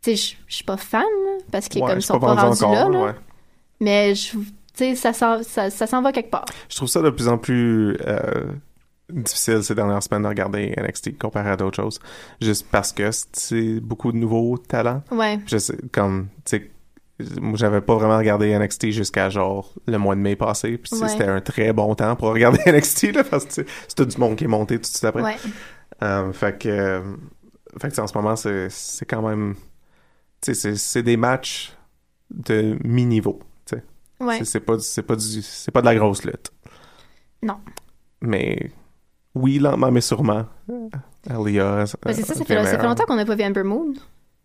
Tu sais, je- je suis pas fan, là, parce qu'ils ouais, comme, je ils suis sont pas vendu rendus là, là. ouais. Mais je, tu sais, ça s'en, ça, ça s'en va quelque part. Je trouve ça de plus en plus euh, difficile ces dernières semaines de regarder NXT comparé à d'autres choses. Juste parce que c'est beaucoup de nouveaux talents. Ouais. je sais, comme, tu sais, moi, j'avais pas vraiment regardé NXT jusqu'à genre le mois de mai passé. Puis tu sais, Ouais. c'était un très bon temps pour regarder <laughs> NXT, là, parce que tu sais, c'est tout du monde qui est monté tout de suite après. Ouais. Euh, fait que, euh, fait que tu sais, en ce moment, c'est c'est quand même, tu sais, c'est- c'est des matchs de mi-niveau. tu sais. Ouais. C'est- C'est pas, du- c'est pas, du- c'est pas de la grosse lutte. Non. Mais oui, lentement, mais sûrement. Alia. Ouais, Ben, Bah, c'est ça, ça fait, ça fait longtemps qu'on n'a pas vu Amber Moon.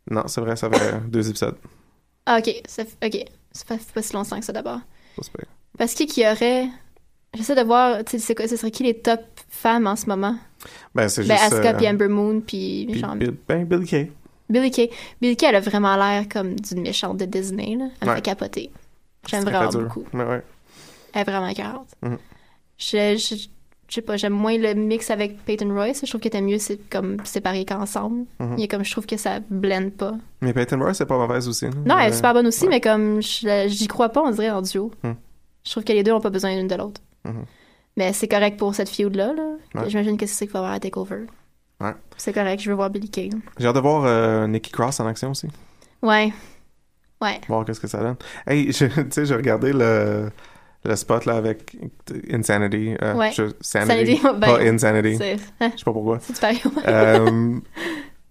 Non, c'est vrai, ça fait deux épisodes. Ah, ok. Ça, f- ok. Ça fait pas si longtemps que ça d'abord. Ça se fait. Parce qui qui aurait. J'essaie de voir, tu sais, c'est quoi- ce serait qui les top femmes en ce moment? Ben, c'est Ben, juste. Asuka, euh, puis Amber Moon, puis puis genre, Bill, ben, Bill Kay. Billy Kay. Billy Kay, elle a vraiment l'air comme d'une méchante de Disney, là. Elle me Ouais. fait capoter. J'aime C'était vraiment dur. beaucoup. Mais ouais. Elle est vraiment écœurante. Mhm. Je, je, je sais pas, j'aime moins le mix avec Peyton Royce. Je trouve qu'il était mieux c'est comme séparé qu'ensemble. Mhm. Il y a comme je trouve que ça blende pas. Mais Peyton Royce, c'est pas mauvaise aussi. hein. Euh, Non, elle est super bonne aussi, ouais. mais comme je la- j'y crois pas, on dirait en duo. Mhm. Je Je trouve que les deux n'ont pas besoin l'une de l'autre. Mhm. Mais c'est correct pour cette feud-là. Là. Ouais. J'imagine que c'est ça qu'il va y avoir à TakeOver. Ouais. C'est correct, je veux voir Billy Kay. J'ai hâte de voir euh, Nikki Cross en action aussi. Ouais. Ouais. Voir qu'est-ce que ça donne. Hey, <laughs> je- tu sais, j'ai regardé le, le spot là avec Insanity. euh, Ouais. je- Sanity. Sanity, <laughs> ben, pas Insanity. C'est Je <laughs> sais pas pourquoi. c'est pareil. ouais. Euh, <laughs> tu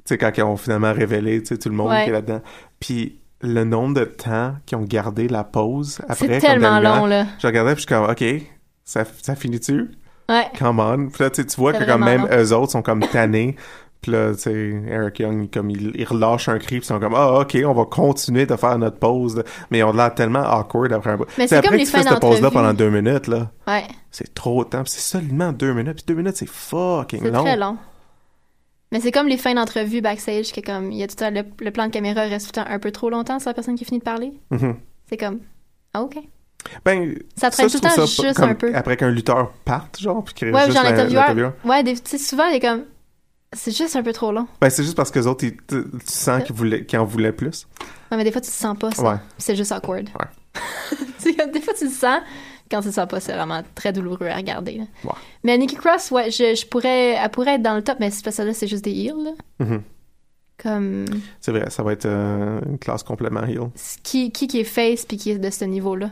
sais, quand ils ont finalement révélé tu sais, tout le monde Ouais. qui est là-dedans. Puis le nombre de temps qu'ils ont gardé la pause après. C'est comme tellement dernière, long, là. Je regardais, puis je suis comme, OK, ça, ça finit-tu? Ouais. Come on. Puis là, tu sais, tu vois C'est que comme même vraiment eux autres sont comme tannés. Puis là, tu sais, Eric Young, comme il, il relâche un cri, puis ils sont comme, ah, OK, on va continuer de faire notre pause. Mais ils ont l'air tellement awkward après un bout. Mais Tu sais, c'est après comme que les tu fais fins cette pause-là pendant d'entrevue. deux minutes, là. Ouais. C'est trop de temps. Puis c'est seulement deux minutes. Puis deux minutes, c'est fucking C'est long. très long. Mais c'est comme les fins d'entrevue backstage, que comme il y a tout le temps le, le plan de caméra reste tout le temps un peu trop longtemps sur la personne qui finit de parler. Mhm. C'est comme ah ok. <laughs> Ben, Ça traîne je tout le trouve temps ça p- juste comme un peu. Après qu'un lutteur parte, genre, puis qu'il Ouais, reste genre juste l'in- l'intervieweur. l'intervieweur. Ouais, des, tu sais, souvent il est comme c'est juste un peu trop long. Ben, c'est juste parce que les autres, ils- tu tu sens qu'ils voulaient- qu'ils en voulaient plus. Ouais, mais des fois tu te sens pas ça. Ouais. C'est juste awkward. Ouais. <laughs> Tu sais, des fois tu le sens. Quand tu le sens pas, c'est vraiment très douloureux à regarder. là. Ouais. Mais Nikki Cross, ouais, je, je pourrais, elle pourrait être dans le top, mais c'est parce que là c'est juste des heels. là. Mhm. Comme C'est vrai, ça va être euh, une classe complément heel. qui, qui qui est face puis qui est de ce niveau-là.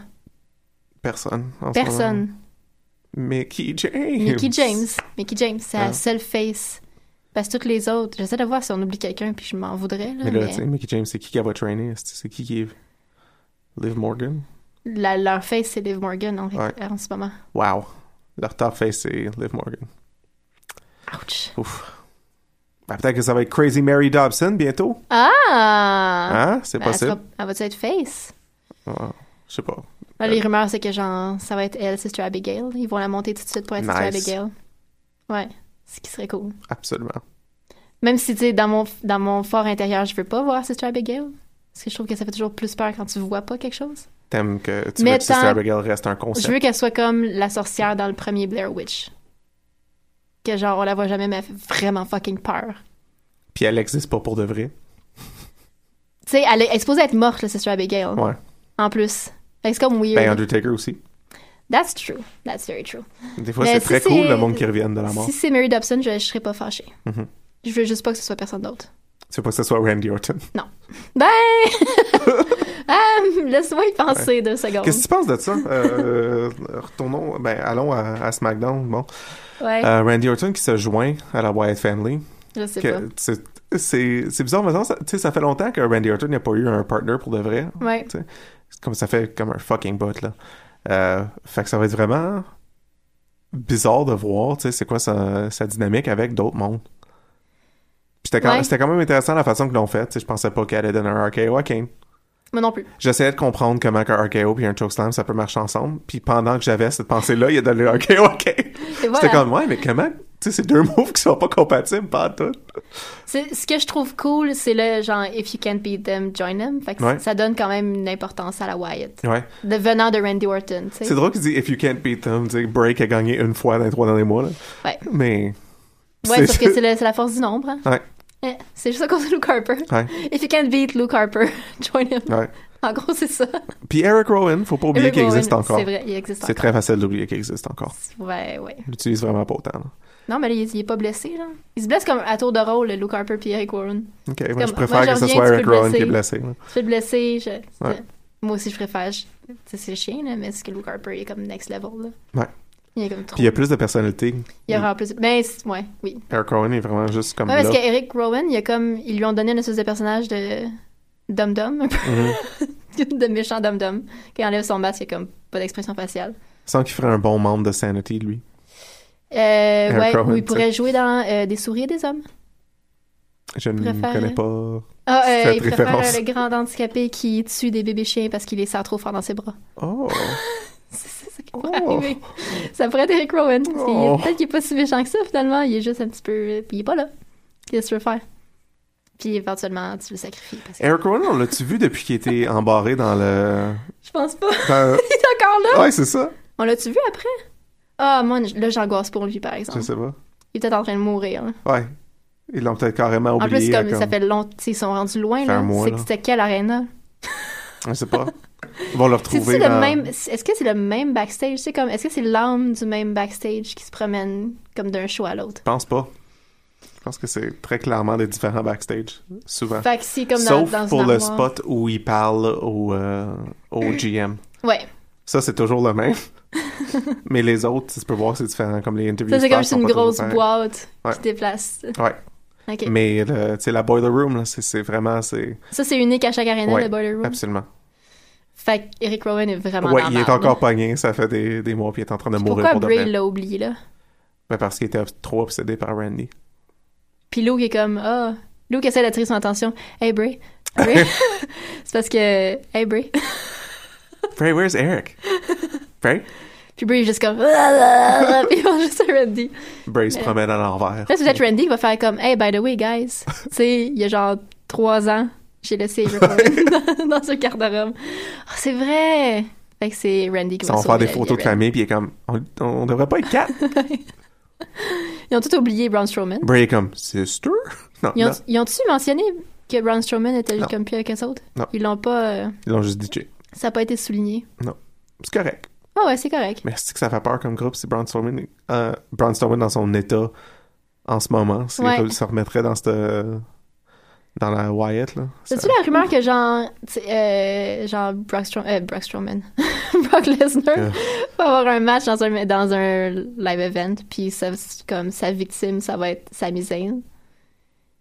Personne. en ce moment. Personne. <laughs> Mickey James. Mickey James. Mickey James, c'est Ah. la seule face. Parce que toutes les autres, j'essaie de voir si on oublie quelqu'un, puis je m'en voudrais. Là, Mais là, mais tu sais, Mickey James, c'est qui qui va trainer? Est-ce que C'est qui qui est... Liv Morgan? la- leur face, c'est Liv Morgan en, Ouais. en ce moment. Wow. Leur top face, c'est Liv Morgan. Ouch. Ouf. Ben, peut-être que ça va être Crazy Mary Dobson bientôt. Ah! Hein? C'est Ben, elle possible. sera- elle va-tu être face? Ouais. Je sais pas. Là, Euh. les rumeurs, c'est que genre, ça va être elle, Sister Abigail. Ils vont la monter tout de suite pour être Nice. Sister Abigail. Ouais. Ce qui serait cool. Absolument. Même si, tu sais, dans mon, dans mon fort intérieur, je veux pas voir Sister Abigail. Parce que je trouve que ça fait toujours plus peur quand tu vois pas quelque chose. T'aimes que tu Mais veux que Sister tant- Abigail reste un Je concept. veux qu'elle soit comme la sorcière dans le premier Blair Witch. Que genre, on la voit jamais, mais elle fait vraiment fucking peur. Puis elle existe pas pour de vrai. Tu sais, elle est elle est supposée être morte, la Sister Abigail. Ouais. En plus. Fait que c'est comme weird. Ben, Undertaker aussi. That's true. That's very true. Des fois, Mais c'est si très c'est- cool le monde qui revient de la mort. Si c'est Mary Dobson, je, je serais pas fâchée. Mhm. Je veux juste pas que ce soit personne d'autre. C'est pas que ce soit Randy Orton. <laughs> Ben! ah, laisse-moi y penser deux secondes. Qu'est-ce que tu penses de ça? Euh, retournons, ben, allons à, à SmackDown. Bon. Ouais, Euh, Randy Orton qui se joint à la Wyatt Family. je sais Que- C'est c'est- c'est bizarre, mais ça, ça- tu sais, ça fait longtemps que Randy Orton n'a pas eu un partner pour de vrai. pas. Ouais. C'est Comme ça fait comme un fucking bot, là. Euh, fait que ça va être vraiment bizarre de voir, tu sais, c'est quoi sa, sa dynamique avec d'autres mondes. Puis C'était quand, Ouais. c'était quand même intéressant la façon qu'ils l'ont fait. tu sais, Je pensais pas qu'elle allait donner un RKO à Kane. Moi non plus. J'essayais de comprendre comment un RKO puis un chokeslam, ça peut marcher ensemble. Puis pendant que j'avais cette pensée-là, il a donné un RKO à Kane. Et voilà. C'était comme, ouais, mais comment... Tu sais, c'est deux <laughs> moves qui sont pas compatibles, pas en tout. C'est- Ce que je trouve cool, c'est le genre If you can't beat them, join them. Fait que Ouais. ça donne quand même une importance à la Wyatt. Ouais. de venant de Randy Orton, tu C'est sais. drôle qu'il dit If you can't beat them, tu sais, Break a gagné une fois dans les trois derniers mois. Là. Ouais. Mais. Ouais, c'est- <laughs> sauf que c'est le- c'est la force du nombre. hein. Ouais. Eh, C'est juste à cause de Luke Harper. Ouais. If you can't beat Luke Harper, <laughs> join him. Ouais. En gros, c'est ça. Puis Eric Rowan, faut pas oublier Eric qu'il existe Rowan, encore. C'est vrai, il existe C'est encore. très facile d'oublier qu'il existe encore. Ouais, ouais. Il l'utilise vraiment pas autant. là. Non, mais là, il, il est pas blessé, là. Il se blesse comme à tour de rôle, le Luke Harper puis Eric Warren. Ok, moi, je comme- moi, préfère je que ce reviens, soit tu Eric peux le Rowan qui est blessé. là. Je suis blessé, je... Ouais. Moi aussi, je préfère... Je... tu sais, C'est chien, là, mais c'est que Luke Harper, il est comme next level, là. Ouais. Il est comme trop... Puis il y a plus de personnalité. Il y aura plus... Ben, c'est- ouais, oui. Eric Rowan est vraiment juste comme là. Ouais, parce qu'Eric Rowan, il a comme, ils lui ont donné une espèce de personnage de dum-dum, un peu. Mm-hmm. <laughs> de méchant dum-dum. Quand il enlève son masque, il a comme pas d'expression faciale. Sans qu'il ferait un bon membre de Sanity, lui. Euh, Eric ouais, Rowan, où il tu sais. pourrait jouer dans euh, Des souris et des hommes. Je ne Préfère- connais pas. Ah, euh, Cette il préfère référence. euh, le grand handicapé qui tue des bébés chiens parce qu'il les serre trop fort dans ses bras. Oh! C'est c'est ça qui pourrait Oh. arriver. Ça pourrait être Eric Rowan. parce qu'il est- Oh. Peut-être qu'il est pas si méchant que ça, finalement. Il est juste un petit peu... euh, Puis il est pas là. Qu'est-ce que tu veux faire? Puis éventuellement, tu le sacrifies. Parce que... Eric Rowan, on l'a-tu vu depuis qu'il était embarré dans le. Je pense pas. dans- <laughs> il est encore là. Euh, Ouais, c'est ça. On l'a-tu vu après? Ah, moi, là, j'angoisse pour lui, par Je exemple. sais pas. Il était en train de mourir. là. Ouais. Ils l'ont peut-être carrément En oublié. euh, plus, là, comme, ça fait longtemps, ils sont rendus loin, Fait un là. mois, C'est là. que c'était quelle arena? Je sais pas. vont <laughs> le C'est retrouver. le dans- même est-ce que c'est le même backstage, c'est comme est-ce que c'est l'âme du même backstage qui se promène comme d'un show à l'autre Je pense pas. Je pense que c'est très clairement des différents backstage, souvent. Fait que c'est comme dans, Sauf dans pour une le armoire. spot où il parle au, euh, au GM. Ouais. Ça, c'est toujours le <laughs> même. Mais les autres, tu peux voir, c'est différent. Comme les interviews. Ça c'est stars comme juste sont une pas toujours grosse pareils. boîte Ouais. qui déplace. Ouais. OK. Mais le- tu sais, la boiler room, là, c'est- c'est vraiment. c'est Ça c'est unique à chaque arena Ouais, le Boiler Room. Absolument. Fait que Eric Rowan est vraiment ouais, dans il la est merde. encore pogné, ça fait des, des mois, puis il est en train de mourir Pourquoi pour de Bray vrai. l'a oublié là Ben, parce qu'il était obs- trop obsédé par Randy. Puis Luke est comme ah Luke essaie d'attirer son attention. <laughs> Hey Bray. Bray. c'est parce que hey Bray. Bray, where's <laughs> Eric? Bray? Puis Bray est juste comme <laughs> puis il mange juste à Randy. Bray se Mais- promène à l'envers. Là, c'est peut-être Randy qui va faire comme Hey, by the way, guys. <laughs> tu sais, il y a genre trois ans, j'ai laissé <laughs> Eric Rowan dans, dans un garde-robe. Ah, c'est vrai! Fait que c'est Randy qui Ils va vont faire sauver des la photos de vie à Randy. famille, puis il est comme, on, on devrait pas être <laughs> quatre. Ils ont tout oublié Braun Strowman. Bray est comme, sister? Non, Ils non, ont- Ils ont-tu mentionné que Braun Strowman était Non. comme plus avec les autres? Non. Ils l'ont pas. euh, ils l'ont juste ditché. ça n'a pas été souligné. C'est correct. Ah ouais, c'est correct. Mais c'est que ça fait peur comme groupe si Braun Strowman, est- euh, Braun Strowman dans son état en ce moment, s'il Ouais. se remettrait dans cette... euh, dans la Wyatt, là. ça- C'est-tu la rumeur que genre, tu sais, euh, genre Brock, Stro- euh, Brock Strowman, <laughs> Brock Lesnar Yeah. <laughs> va avoir un match dans un, dans un live event, puis ça, comme sa victime, ça va être Sami Zayn.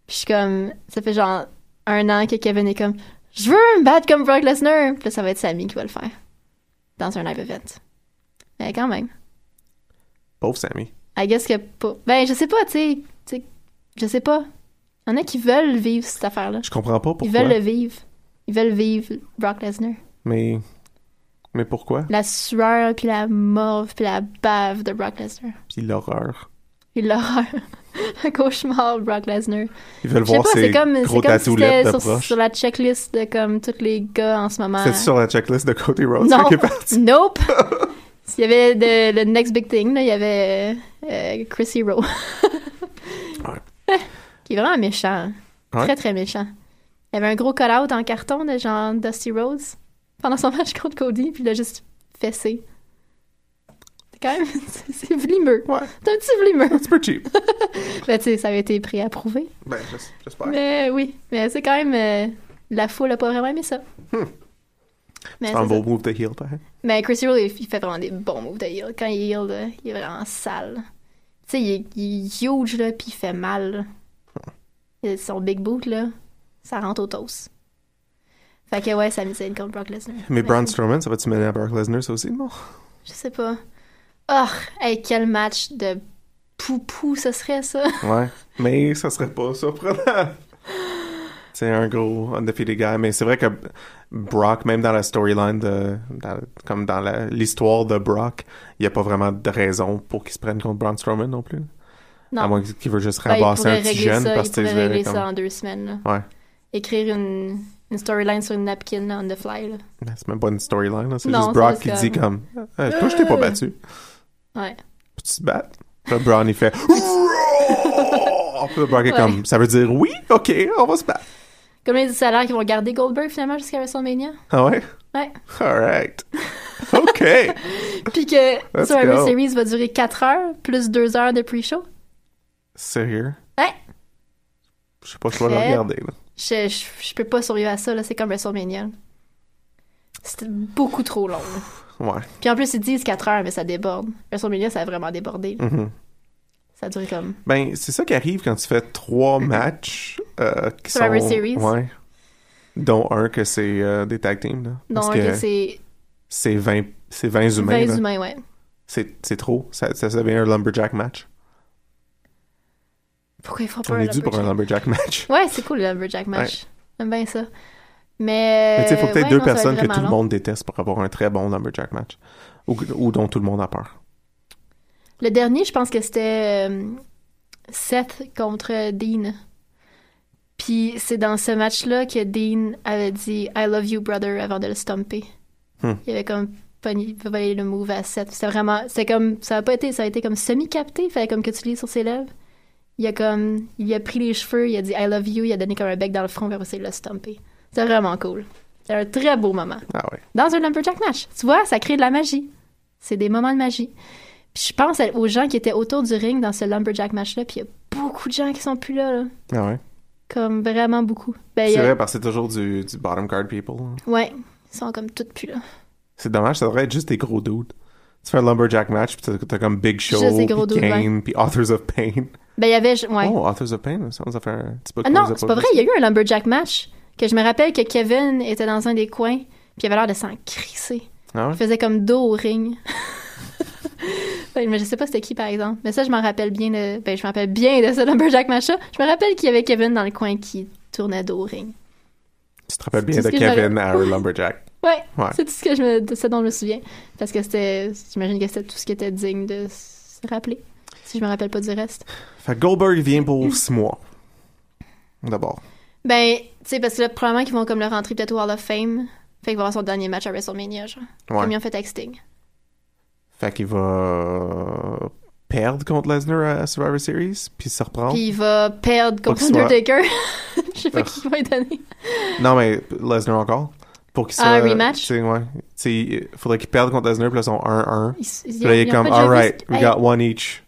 Puis je suis comme, ça fait genre un an que Kevin est comme, je veux me battre comme Brock Lesnar, puis là, ça va être Sami qui va le faire dans un live event. Mais quand même, Pauvre Sammy. I guess que pas. Ben je sais pas, tu sais, tu sais, je sais pas. Il y en a qui veulent vivre cette affaire-là. Je comprends pas pourquoi. Ils veulent le vivre. Ils veulent vivre Brock Lesnar. Mais... Mais pourquoi? La sueur, puis la morve, puis la bave de Brock Lesnar. Puis l'horreur. Puis l'horreur. <laughs> Le cauchemar de Brock Lesnar. Ils veulent Je sais voir pas, ses c'est comme, c'est gros comme si tatoulettes c'était de sur, proche. sur la checklist de comme tous les gars en ce moment. C'est sur la checklist de Cody Rhodes Non. qui est <laughs> parti. <laughs> Nope! Il y avait de- le next big thing, là, il y avait euh, euh, Chris Hero. <laughs> Qui est vraiment méchant. Ouais. Très, très méchant. Il y avait un gros call-out en carton de genre Dusty Rhodes pendant son <laughs> match contre Cody, puis il l'a juste fessé. C'est quand même... <laughs> c'est- C'est vlimeux. Ouais, C'est un petit <laughs> vlimeux. c'est peu <laughs> cheap. Ben, tu sais, ça avait été pré-approuvé. ben, j'es- j'espère. Mais oui, mais c'est quand même... euh, la foule a pas vraiment aimé ça. Hmm. C'est Mais c'est un ça. beau move de heel, pareil. Mais Chris Hero, il il fait vraiment des bons moves de heel. Quand il heal, là, il est vraiment sale. Tu sais, il, est- il est huge, là, puis il fait mal. là. Et Son big boot, là, ça rentre au toast. Fait que ouais, ça me disait contre Brock Lesnar. Mais Braun Brown Strowman, ça va-tu mener à Brock Lesnar, ça aussi? Non. Je sais pas. Oh, hey, quel match de poupou ce serait, ça. <laughs> Ouais. Mais ça serait pas surprenant. <gasps> C'est un gros undefeated guy. Mais c'est vrai que Brock, même dans la storyline, de, dans- comme dans la- l'histoire de Brock, il n'y a pas vraiment de raison pour qu'il se prenne contre Braun Strowman non plus. Non. À moins qu'il veut juste Ben, il rabasser pourrait un petit régler jeune ça, parce il que tu pourrait sais, régler comme- ça en deux semaines, là. Ouais. Écrire une, une storyline sur une napkin, là, on the fly, là. Ben, C'est même pas une storyline, là. c'est Non, juste c'est Brock juste qui comme- dit comme Eh, Toi, je t'ai pas battu. Ouais. Puis tu te bats. Puis là, Brown, il fait Roar! Puis là, Brock est Ouais. comme Ça veut dire oui, ok, on va se battre. Comme les salaires qui vont garder Goldberg, finalement, jusqu'à WrestleMania. Ah ouais? Ouais. Alright. Ok. Puis que Let's Survivor go. Series va durer 4 heures, plus 2 heures de pre-show. Sérieux? Ouais. Je sais pas si je vais le Très- regarder. Là. Je, je, je peux pas survivre à ça, là. C'est comme WrestleMania. C'était beaucoup trop long. là. Ouais. Puis en plus, ils disent 4 heures, mais ça déborde. WrestleMania, ça a vraiment débordé. là. Mhm. Ça a duré comme... Ben, c'est ça qui arrive quand tu fais trois matchs euh, qui Mhm. Survivor sont. Series. Ouais. Dont un que c'est euh, des tag teams. Là, Non, Parce que que c'est c'est 20, c'est 20 humains. 20 là. humains, ouais. C'est c'est trop. Ça, ça devient un lumberjack match. Pourquoi ils font pas On un est dû pour un lumberjack? lumberjack match. Ouais, c'est cool, le Lumberjack match. J'aime bien ça. Mais... Mais tu sais, il faut peut-être Euh, ouais, deux non, ça va être personnes que vraiment tout le long. monde déteste pour avoir un très bon lumberjack match. Ou, ou dont tout le monde a peur. Le dernier, je pense que c'était euh, Seth contre Dean. Puis c'est dans ce match-là que Dean avait dit I love you, brother, avant de le stomper. Hmm. Il avait comme pogné- volé le move à Seth. C'était vraiment. C'était comme. Ça a pas été. Ça a été comme semi-capté. Il fallait comme que tu lis sur ses lèvres. Il a comme. Il a pris les cheveux, il a dit I love you, il a donné comme un bec dans le front, puis après, c'est le stompé. C'était vraiment cool. C'était un très beau moment. Ah ouais. Dans un lumberjack match. Tu vois, ça crée de la magie. C'est des moments de magie. Puis je pense à- aux gens qui étaient autour du ring dans ce lumberjack match-là, puis il y a beaucoup de gens qui sont plus là, là. Ah ouais. Comme vraiment beaucoup. Ben, il y C'est a- vrai, parce que c'est toujours du, du bottom card people. hein. Ouais. Ils sont comme toutes plus là. C'est dommage, ça devrait être juste des gros dudes. Tu fais un lumberjack match, puis t'as- t'as comme Big Show, Juste des puis gros dudes, Kane, puis Authors of Pain. Ben, il y avait. Ouais. Oh, Authors of Pain, ça nous a fait un petit peu Ah non, c'est pas vrai, il y a eu un lumberjack match que je me rappelle que Kevin était dans un des coins, puis il avait l'air de s'en crisser. Ah ouais? Il faisait comme dos au ring. <laughs> Fait que, mais je sais pas c'était qui par exemple. Mais ça je m'en rappelle bien de ben je me rappelle bien de ce lumberjack match Je me rappelle qu'il y avait Kevin dans le coin qui tournait dos au ring. Tu te rappelles c'est bien de ce que j'allais- Kevin à <laughs> un lumberjack. Ouais, Ouais. c'est tout ce que je me, de ce dont je me souviens parce que c'était j'imagine que c'était tout ce qui était digne de se rappeler. Si je me rappelle pas du reste. Fait que Goldberg vient <laughs> pour six mois. D'abord. Ben, tu sais parce que là probablement qu'ils vont comme le rentrer peut-être au Hall of Fame. Fait qu'il va avoir son dernier match à WrestleMania genre. Comme ils Ouais. ont fait avec Sting. Fait qu'il va perdre contre Lesnar à Survivor Series, puis se reprendre. Puis il va perdre contre Oh. qu'il soit- Undertaker. <laughs> Je sais pas Ah. qui il va lui donner. Non, mais Lesnar encore. Pour qu'il soit... Ah, un rematch? tu sais, ouais. Tu sais, il faudrait qu'il perde contre Lesnar, puis là, ils sont 1-1. Ils- ils- Puis là, il ils est ont comme, pas déjà vu alright, ce- we Hey, got one each.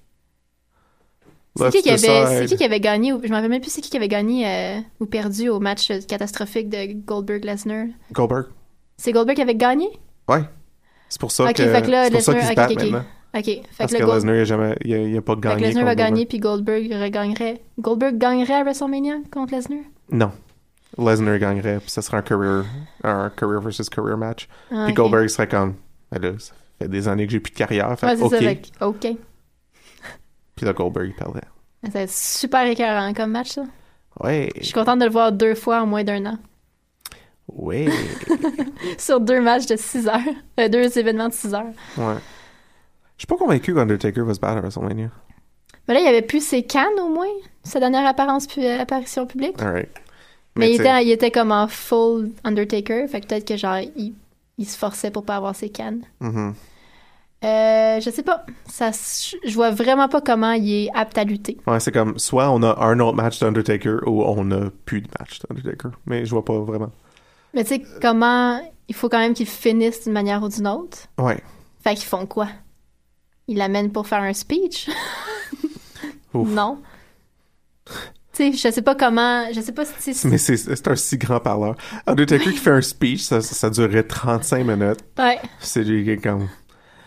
C'est qui, qui Let's avait, c'est decide. qui qui avait gagné, ou, je me rappelle même plus c'est qui qui avait gagné euh, ou perdu au match euh, catastrophique de Goldberg-Lesnar. Goldberg. C'est Goldberg qui avait gagné? Ouais. C'est pour ça Ok, que. fait que là, c'est pour ça Lesnar- qu'ils se ok, battent ok, ok. maintenant. Ok, fait Parce que, que le Gold- Lesnar, il a jamais- il a, il a pas fait que gagné. Lesnar va contre Goldberg. gagner puis Goldberg regagnerait. Goldberg gagnerait à WrestleMania contre Lesnar? Non. Lesnar gagnerait, puis ça serait un career, un career versus career match. Ah, Puis ok. Goldberg serait comme, ben là, ça fait des années que j'ai plus de carrière, fait Ouais, c'est ok. ça, fait que- ok. Puis là, Goldberg, il parlait. Ça va être super écœurant comme match, ça. Ouais. Je suis contente de le voir deux fois en moins d'un an. <laughs> Ouais. Sur deux matchs de 6 heures. Euh, deux événements de 6 heures. ouais. Je suis pas convaincu qu'Undertaker va se battre à WrestleMania. Mais là, il y avait plus ses cannes, au moins, sa dernière apparence pu- euh, apparition publique. Alright. Mais, il, tu sais, était, il était comme en full Undertaker, fait que peut-être que genre, il, il se forçait pour pas avoir ses cannes. mhm. Euh, je sais pas. Ça, se- je vois vraiment pas comment il est apte à lutter. Ouais, c'est comme, soit on a un autre match d'Undertaker ou on a plus de match d'Undertaker. Mais je vois pas vraiment. Mais tu sais, comment. Il faut quand même qu'il finisse d'une manière ou d'une autre. Ouais. Fait qu'ils font quoi? Ils l'amènent pour faire un speech? <laughs> Ouf. Non. Tu sais, je sais pas comment. Je sais pas si. si- Mais c'est- c'est un si grand parleur. Undertaker qui fait un speech, ça, ça durait 35 minutes. Ouais. C'est lui qui est comme.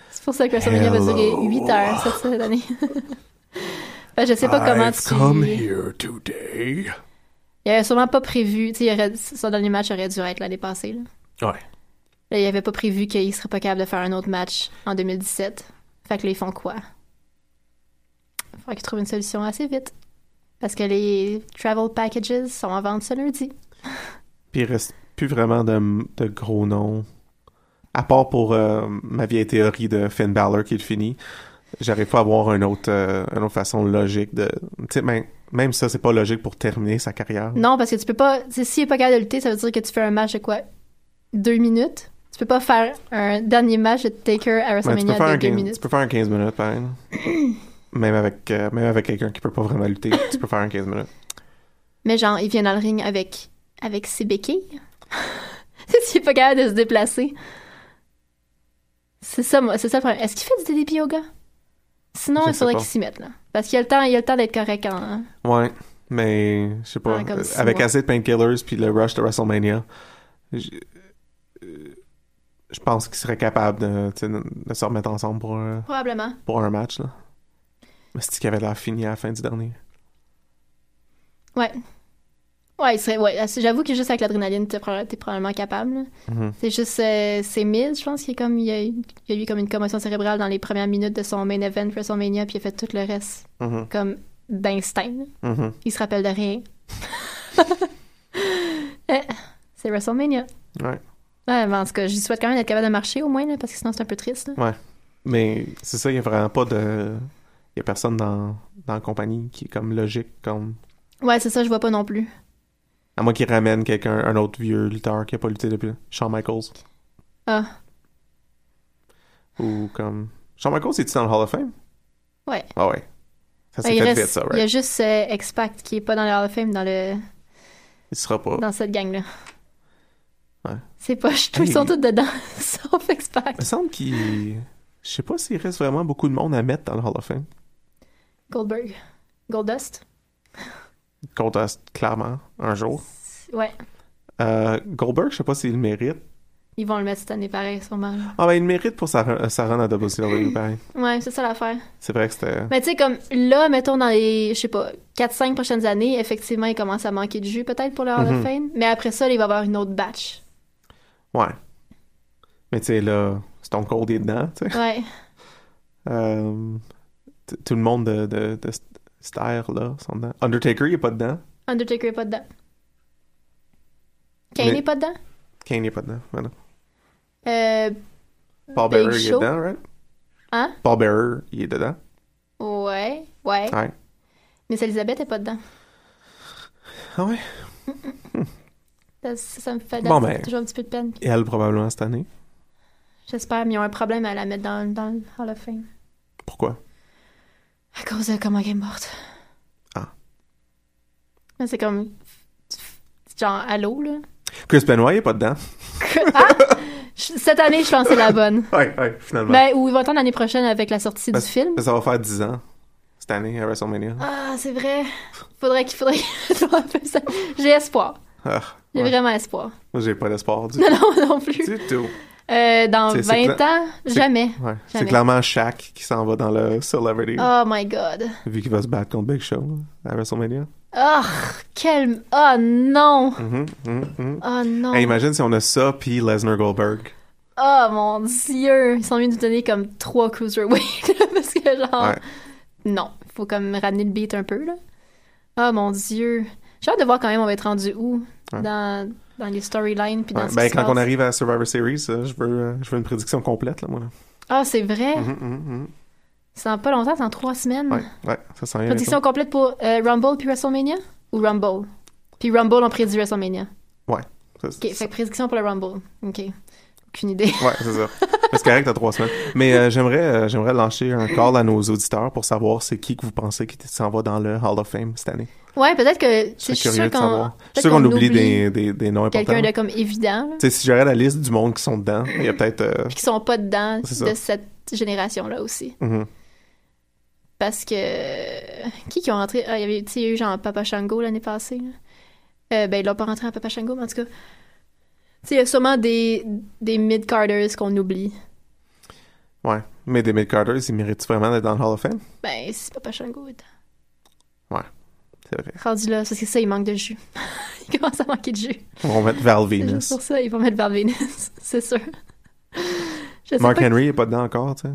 C'est pour ça que WrestleMania va Hello. durer 8 heures cette, cette année. <laughs> Fait que je sais pas comment I've tu. Ah, come here today. Il avait sûrement pas prévu. Tu sais, il aurait- son dernier match aurait dû être l'année passée. Là. Ouais. Là, il avait pas prévu qu'il serait pas capable de faire un autre match en 2017. Fait que là, ils font quoi? Il faudra qu'ils trouvent une solution assez vite. Parce que les travel packages sont en vente ce lundi. Puis il reste plus vraiment de, de gros noms. À part pour euh, ma vieille théorie de Finn Balor qui est fini, j'arrive pas à voir une autre, euh, une autre façon logique de. Tu sais, même, même ça, c'est pas logique pour terminer sa carrière. Non, parce que tu peux pas. tu sais, S'il est pas capable de lutter, ça veut dire que tu fais un match de quoi? Deux minutes? Tu peux pas faire un dernier match de Taker à Mais tu, peux WrestleMania faire de un deux 15, tu minutes. peux faire un 15 minutes, pareil. <coughs> même avec, euh, même avec quelqu'un qui peut pas vraiment lutter, tu peux faire un 15 minutes. Mais genre, il vient dans le ring avec, avec ses béquilles. <laughs> S'il est pas capable de se déplacer. C'est ça, moi, c'est ça le problème. Est-ce qu'il fait du DDP yoga? Sinon, Je il sais faudrait pas. qu'il s'y mette, là. Parce qu'il a le temps, il a le temps d'être correct en... hein. Ouais, mais je sais pas. Ouais, comme euh, six avec mois. assez de painkillers puis le rush de WrestleMania, je, euh, je pense qu'ils seraient capables de, tu sais, de- de se remettre ensemble pour, euh, Probablement. pour un match. Là. Mais c'est qu'il avait l'air fini à la fin du dernier. Ouais. Ouais, il serait... Ouais, ah, j'avoue que juste avec l'adrénaline, t'es, proba- t'es probablement capable, là. Mhm. C'est juste... euh, c'est Miz, je pense, qui est comme... Il y a, eu- il y a eu comme une commotion cérébrale dans les premières minutes de son main event WrestleMania, puis il a fait tout le reste Mhm, comme d'instinct, là. mhm. Il se rappelle de rien. Eh, c'est WrestleMania. Ouais. Ouais, mais en tout cas, je lui souhaite quand même d'être capable de marcher au moins, là, parce que sinon c'est un peu triste. là. Mais c'est ça, il n'y a vraiment pas de. Il n'y a personne dans, dans la compagnie qui est comme logique, comme. Ouais, c'est ça, je vois pas non plus. À moins qu'il ramène quelqu'un, un autre vieux lutteur qui a pas lutté depuis. Shawn Michaels. Ah. Ou comme. Shawn Michaels, est-il dans le Hall of Fame? Ouais. Ah ouais. Ça s'est Ouais, Ben, il, fait reste- vite, ça, il y a right? juste euh, X-Pact qui est pas dans le Hall of Fame dans, le, Il sera pas. dans cette gang-là. Oh. Ouais. C'est poche, tous ils sont Hey. tous dedans, <laughs> sauf X-Pac. Il me semble qu'il. Je sais pas s'il reste vraiment beaucoup de monde à mettre dans le Hall of Fame. Goldberg. Goldust. Conteste, euh, clairement, un jour. Ouais, Euh, Goldberg, je sais pas s'il le mérite. ils vont le mettre cette année pareil, sûrement. Ah, ben, il le mérite pour sa, run- sa run à WCW, pareil. Ouais, c'est ça l'affaire. C'est vrai que c'était. Mais tu sais, comme là, mettons, dans les, je sais pas, 4-5 prochaines années, effectivement, il commence à manquer de jus peut-être pour le Hall Mhm. of Fame. Mais après ça, là, il va y avoir une autre batch. Ouais. Mais tu sais, là, Stone Cold est dedans, tu sais. Ouais. <laughs> Euh, t- tout le monde de, de, de c- cette ère-là sont dedans. Undertaker, il est pas dedans. Undertaker est pas dedans. Kane Mais- est pas dedans. Kane est pas dedans, voilà. Euh, Paul Big Bearer, il est Show. dedans, right? hein? Paul Bearer, il est dedans. Ouais, ouais. Ouais. Miss Elizabeth est pas dedans. Ah ouais? Ça, ça- ça me fait Bon, ça ben. fait toujours un petit peu de peine. Et elle, probablement, cette année. J'espère, mais ils ont un problème à la mettre dans, dans le Hall of Fame. Pourquoi? À cause de comment elle est morte. Ah. Mais c'est comme. Genre, allô, là? Chris Benoit, il est pas dedans. Je- Cette année, je pense que c'est la bonne. <laughs> Ouais, ouais, finalement. Ben, ou ils vont attendre l'année prochaine avec la sortie Parce- du film. Ça va faire 10 ans, cette année, à WrestleMania. Ah, c'est vrai. Faudrait qu'il faudrait <laughs> qu'il fasse un peu ça. J'ai espoir. Ah, J'ai ouais. vraiment espoir. <laughs> Moi, j'ai pas d'espoir du Non, non, non plus. du tout. Euh, dans C'est- 20 c'est ans, c'est- jamais. Ouais. C'est Jamais. clairement Shaq qui s'en va dans le Celebrity, Oh my god. vu qu'il va se battre contre Big Show là, à WrestleMania. Oh, quel. Oh non. Mhm, mhm, mhm. Oh non. Hey, imagine si on a ça, puis Lesnar Goldberg. Oh mon dieu. Ils sont venus nous donner comme trois cruiserweight. <laughs> là, parce que genre. Ouais. Non. Faut comme ramener le beat un peu, là. Oh mon dieu. J'ai hâte de voir quand même on va être rendu où. Ouais. Dans, dans les storylines. Puis dans Ouais, ce Ben, qui se quand on passe. arrive à Survivor Series, euh, je veux, euh, je veux une prédiction complète, là, moi. là. Ah, c'est vrai? Mhm, mhm, Mm. mhm. C'est dans pas longtemps, c'est dans trois semaines. Ouais, ouais, ça sent bien. Prédiction complète pour euh, Rumble puis WrestleMania? Ou Rumble? Puis Rumble, on prédit WrestleMania. ça. Ça- OK, fait que prédiction pour le Rumble. OK. Aucune idée. <laughs> Ouais, c'est ça. Mais C'est correct, t'as trois semaines. Mais euh, j'aimerais, euh, j'aimerais lancer un call à nos auditeurs pour savoir c'est qui que vous pensez qui t- s'en va dans le Hall of Fame cette année. Ouais, peut-être que... Je Je serais suis curieux sûre de savoir. Je qu'on... peut-être suis sûr qu'on qu'on oublie, des, des, des noms importants. Quelqu'un de Tu comme évident, là, sais, si j'aurais la liste du monde qui sont dedans, il y a peut-être. euh, puis qui sont pas dedans C'est ça. de cette génération-là aussi. mhm. Parce que... Qui qui ont rentré... Ah, il y avait tu sais, il y a eu genre Papa Shango l'année passée. là. Euh, ben, ils l'ont pas rentré en Papa Shango, mais en tout cas... Tu sais, il y a sûrement des, des mid-carders qu'on oublie. Ouais. Mais David Carter, il mérite vraiment d'être dans le Hall of Fame? Ben, si Papa Shango est C'est vrai. rendu là, c'est parce que ça, il manque de jus. <laughs> il commence à manquer de jus. On va mettre Val C'est Venus. juste pour ça, ils vont mettre Val Venus, <laughs> c'est sûr. Je sais Mark pas- Henry est pas dedans encore, tu sais.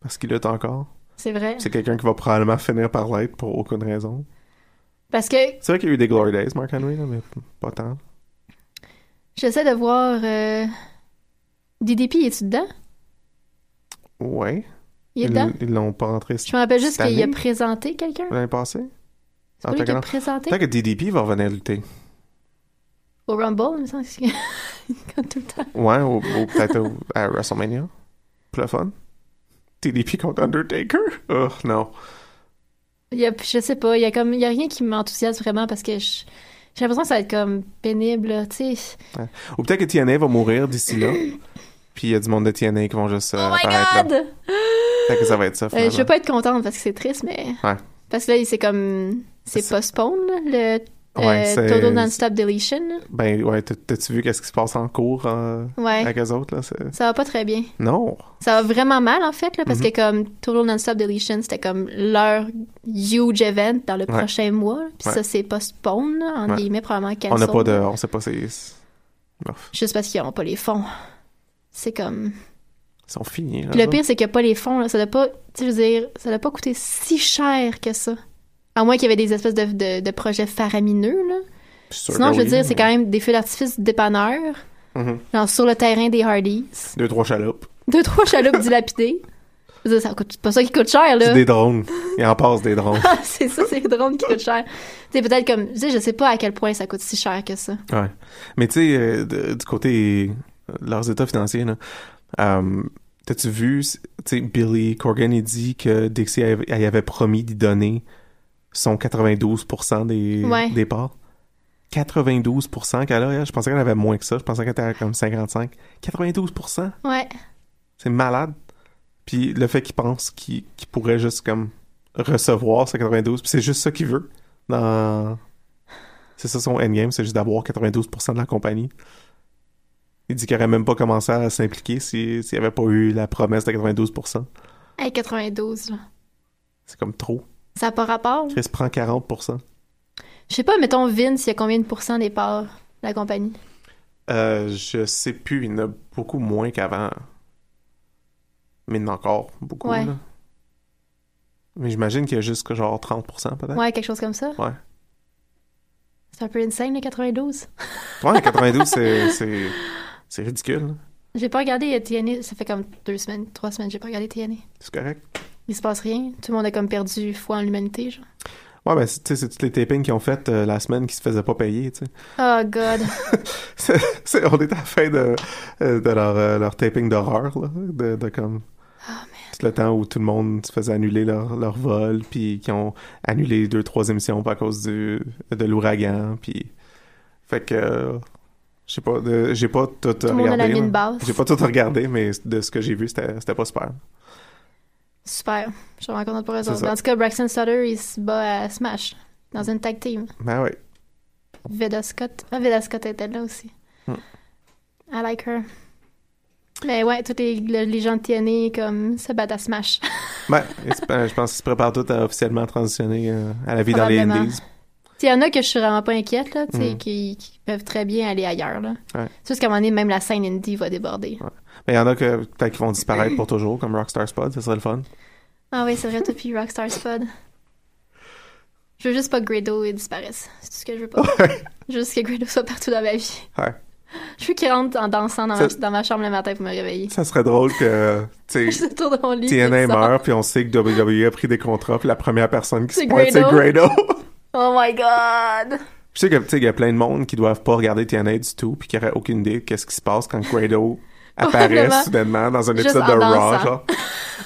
Parce qu'il lutte encore. C'est vrai. C'est quelqu'un qui va probablement finir par l'être pour aucune raison. Parce que C'est vrai qu'il y a eu des Glory Days, Mark Henry, là, mais p- pas tant. j'essaie de voir. euh, DDP, est tu dedans? Ouais. Il est Ils- dedans? Ils l'ont pas rentré Je me rappelle juste Cette qu'il a année? présenté quelqu'un. l'année passée. C'est pas Ah, lui qui a t'as- présenté Peut-être que DDP va revenir lutter. au Rumble, il me semble. que c'est- <laughs> Comme tout le temps. Ouais, ou, ou peut-être au- à WrestleMania. Pour le fun. TDP contre Undertaker? Oh, non. Il y a, je sais pas, il y a comme, il y a rien qui m'enthousiasme vraiment parce que je- j'ai l'impression que ça va être comme pénible, là, tu sais. Ou peut-être que TNA va mourir d'ici <laughs> là. Puis il y a du monde de TNA qui vont juste euh, oh my apparaître là. god! Peut-être que ça va être ça, Euh, finalement. je veux pas être contente parce que c'est triste, mais. Ouais. Parce que là, c'est comme. C'est C'est- postpone, là, le Ouais, euh, c'est- Total Non-Stop Deletion. là. Ben, ouais, t'as- t'as-tu vu qu'est-ce qui se passe en cours euh, Ouais. avec eux autres, là? c'est- Ça va pas très bien. Non! Ça va vraiment mal, en fait, là, parce Mhm. que comme Total Non-Stop Deletion, c'était comme leur huge event dans le Ouais. prochain mois. là. Puis Ouais. ça, c'est postpone, là, entre Ouais. guillemets, probablement cancel. On n'a pas de... On sait pas c'est... Bref, Juste parce qu'ils ont pas les fonds. C'est comme. ils sont finis, là. Puis le pire, c'est qu'il n'y a pas les fonds. Là. Ça doit pas, tu sais, je veux dire, ça doit pas coûter si cher que ça. À moins qu'il y avait des espèces de, de, de projets faramineux. Là. Je suis sûr Sinon, que je veux oui, dire, c'est mais- quand même des feux d'artifice dépanneurs, Mhm. genre sur le terrain des Hardys. <laughs> Deux, trois chaloupes. Deux, trois chaloupes dilapidées. Je veux dire, ça coûte c'est pas ça qui coûte cher, C'est là. des drones. <laughs> Il en passe des drones. Ah, <laughs> c'est ça, c'est les drones qui coûtent cher. Tu sais, peut-être comme, tu sais, je sais pas à quel point ça coûte si cher que ça. Ouais. Mais tu sais, euh, de- du côté euh, de leurs états financiers, là, euh, t'as-tu vu, c- tu sais, Billy Corgan, il dit que Dixie avait, elle avait promis d'y donner son 92% des, Ouais. des parts. 92% qu'elle a. elle. Je pensais qu'elle avait moins que ça. Je pensais qu'elle était à comme 55. 92%? Ouais. C'est malade. Puis le fait qu'il pense qu'il qu'il pourrait juste comme recevoir ce 92, puis c'est juste ça qu'il veut. Dans... C'est ça son endgame, c'est juste d'avoir 92% de la compagnie. Il dit qu'il aurait même pas commencé à s'impliquer si- s'il n'y avait pas eu la promesse de 92%. Hey, 92, là. C'est comme trop. Ça n'a pas rapport. là. Chris prend 40%. Je sais pas, mettons Vince, il y a combien de pourcents des parts de la compagnie? Euh, je sais plus, il y en a beaucoup moins qu'avant. Mais il y en a encore beaucoup. Ouais. là. Mais j'imagine qu'il y a juste que genre 30% peut-être. Ouais, quelque chose comme ça. Ouais. C'est un peu insane, le 92. Ouais, 92, c'est- c'est c'est ridicule. hein. là. J'ai pas regardé euh, TNA, ça fait comme deux semaines, trois semaines, j'ai pas regardé TNA. C'est correct. Il se passe rien. Tout le monde a comme perdu foi en l'humanité, genre. Ouais, ben, c'est- tu sais, c'est tous les tapings qu'ils ont fait euh, la semaine qui se faisaient pas payer, <laughs> tu sais. Oh god. C'est- c'est- on est à la fin de, euh, de leur, euh, leur taping d'horreur, là. De, de comme. Oh, Tout le temps où tout le monde se faisait annuler leur, leur vol, puis qui ont annulé deux, trois émissions à cause du, de l'ouragan, puis. Fait que. euh, Je sais pas, de- j'ai pas tout, le monde a la regardé. mine là. basse. J'ai pas tout regardé, mais de ce que j'ai vu, c'était c'était pas super. Super. Je suis vraiment contente pour eux C'est autres. ça. En tout cas, Braxton Sutter, il se bat à Smash dans une tag team. Ben ouais. Veda Scott. Ah, Veda Scott était là aussi. Hmm. I like her. Mais ouais, tous les, le- les gens de TNA comme se battent à Smash. <laughs> Ben, ils se- ben, je pense qu'ils se préparent tous à officiellement transitionner euh, à la vie dans les Probablement. Indies. Il y en a que je suis vraiment pas inquiète, là, tu sais, Mm. qui, qui peuvent très bien aller ailleurs, là. Ouais. C'est juste qu'à un moment donné, même la scène indie va déborder. Mais il y en a que peut-être qu'ils vont disparaître pour toujours, comme Rockstar Spud, ça serait le fun. Ah oui, c'est vrai, toi, puis Rockstar Spud. Je veux juste pas que Grado il disparaisse. C'est tout ce que je veux pas. Je veux juste que Grado soit partout dans ma vie. Ouais. Je veux qu'il rentre en dansant dans ma, Ça- dans ma chambre le matin pour me réveiller. Ça serait drôle que, tu <laughs> Je sais, tourne dans mon lit. TNA il sort. meurt, puis on sait que WWE a pris des contrats, puis la première personne qui se C'est pointe, c'est Grado. Grado. <laughs> Oh my god! je sais que, tu sais, il y a plein de monde qui doivent pas regarder TNA du tout, puis qui auraient aucune idée de qu'est-ce qui se passe quand Grado apparaît <laughs> Probablement. soudainement dans un Juste épisode en de Raw, dansant. <laughs> genre.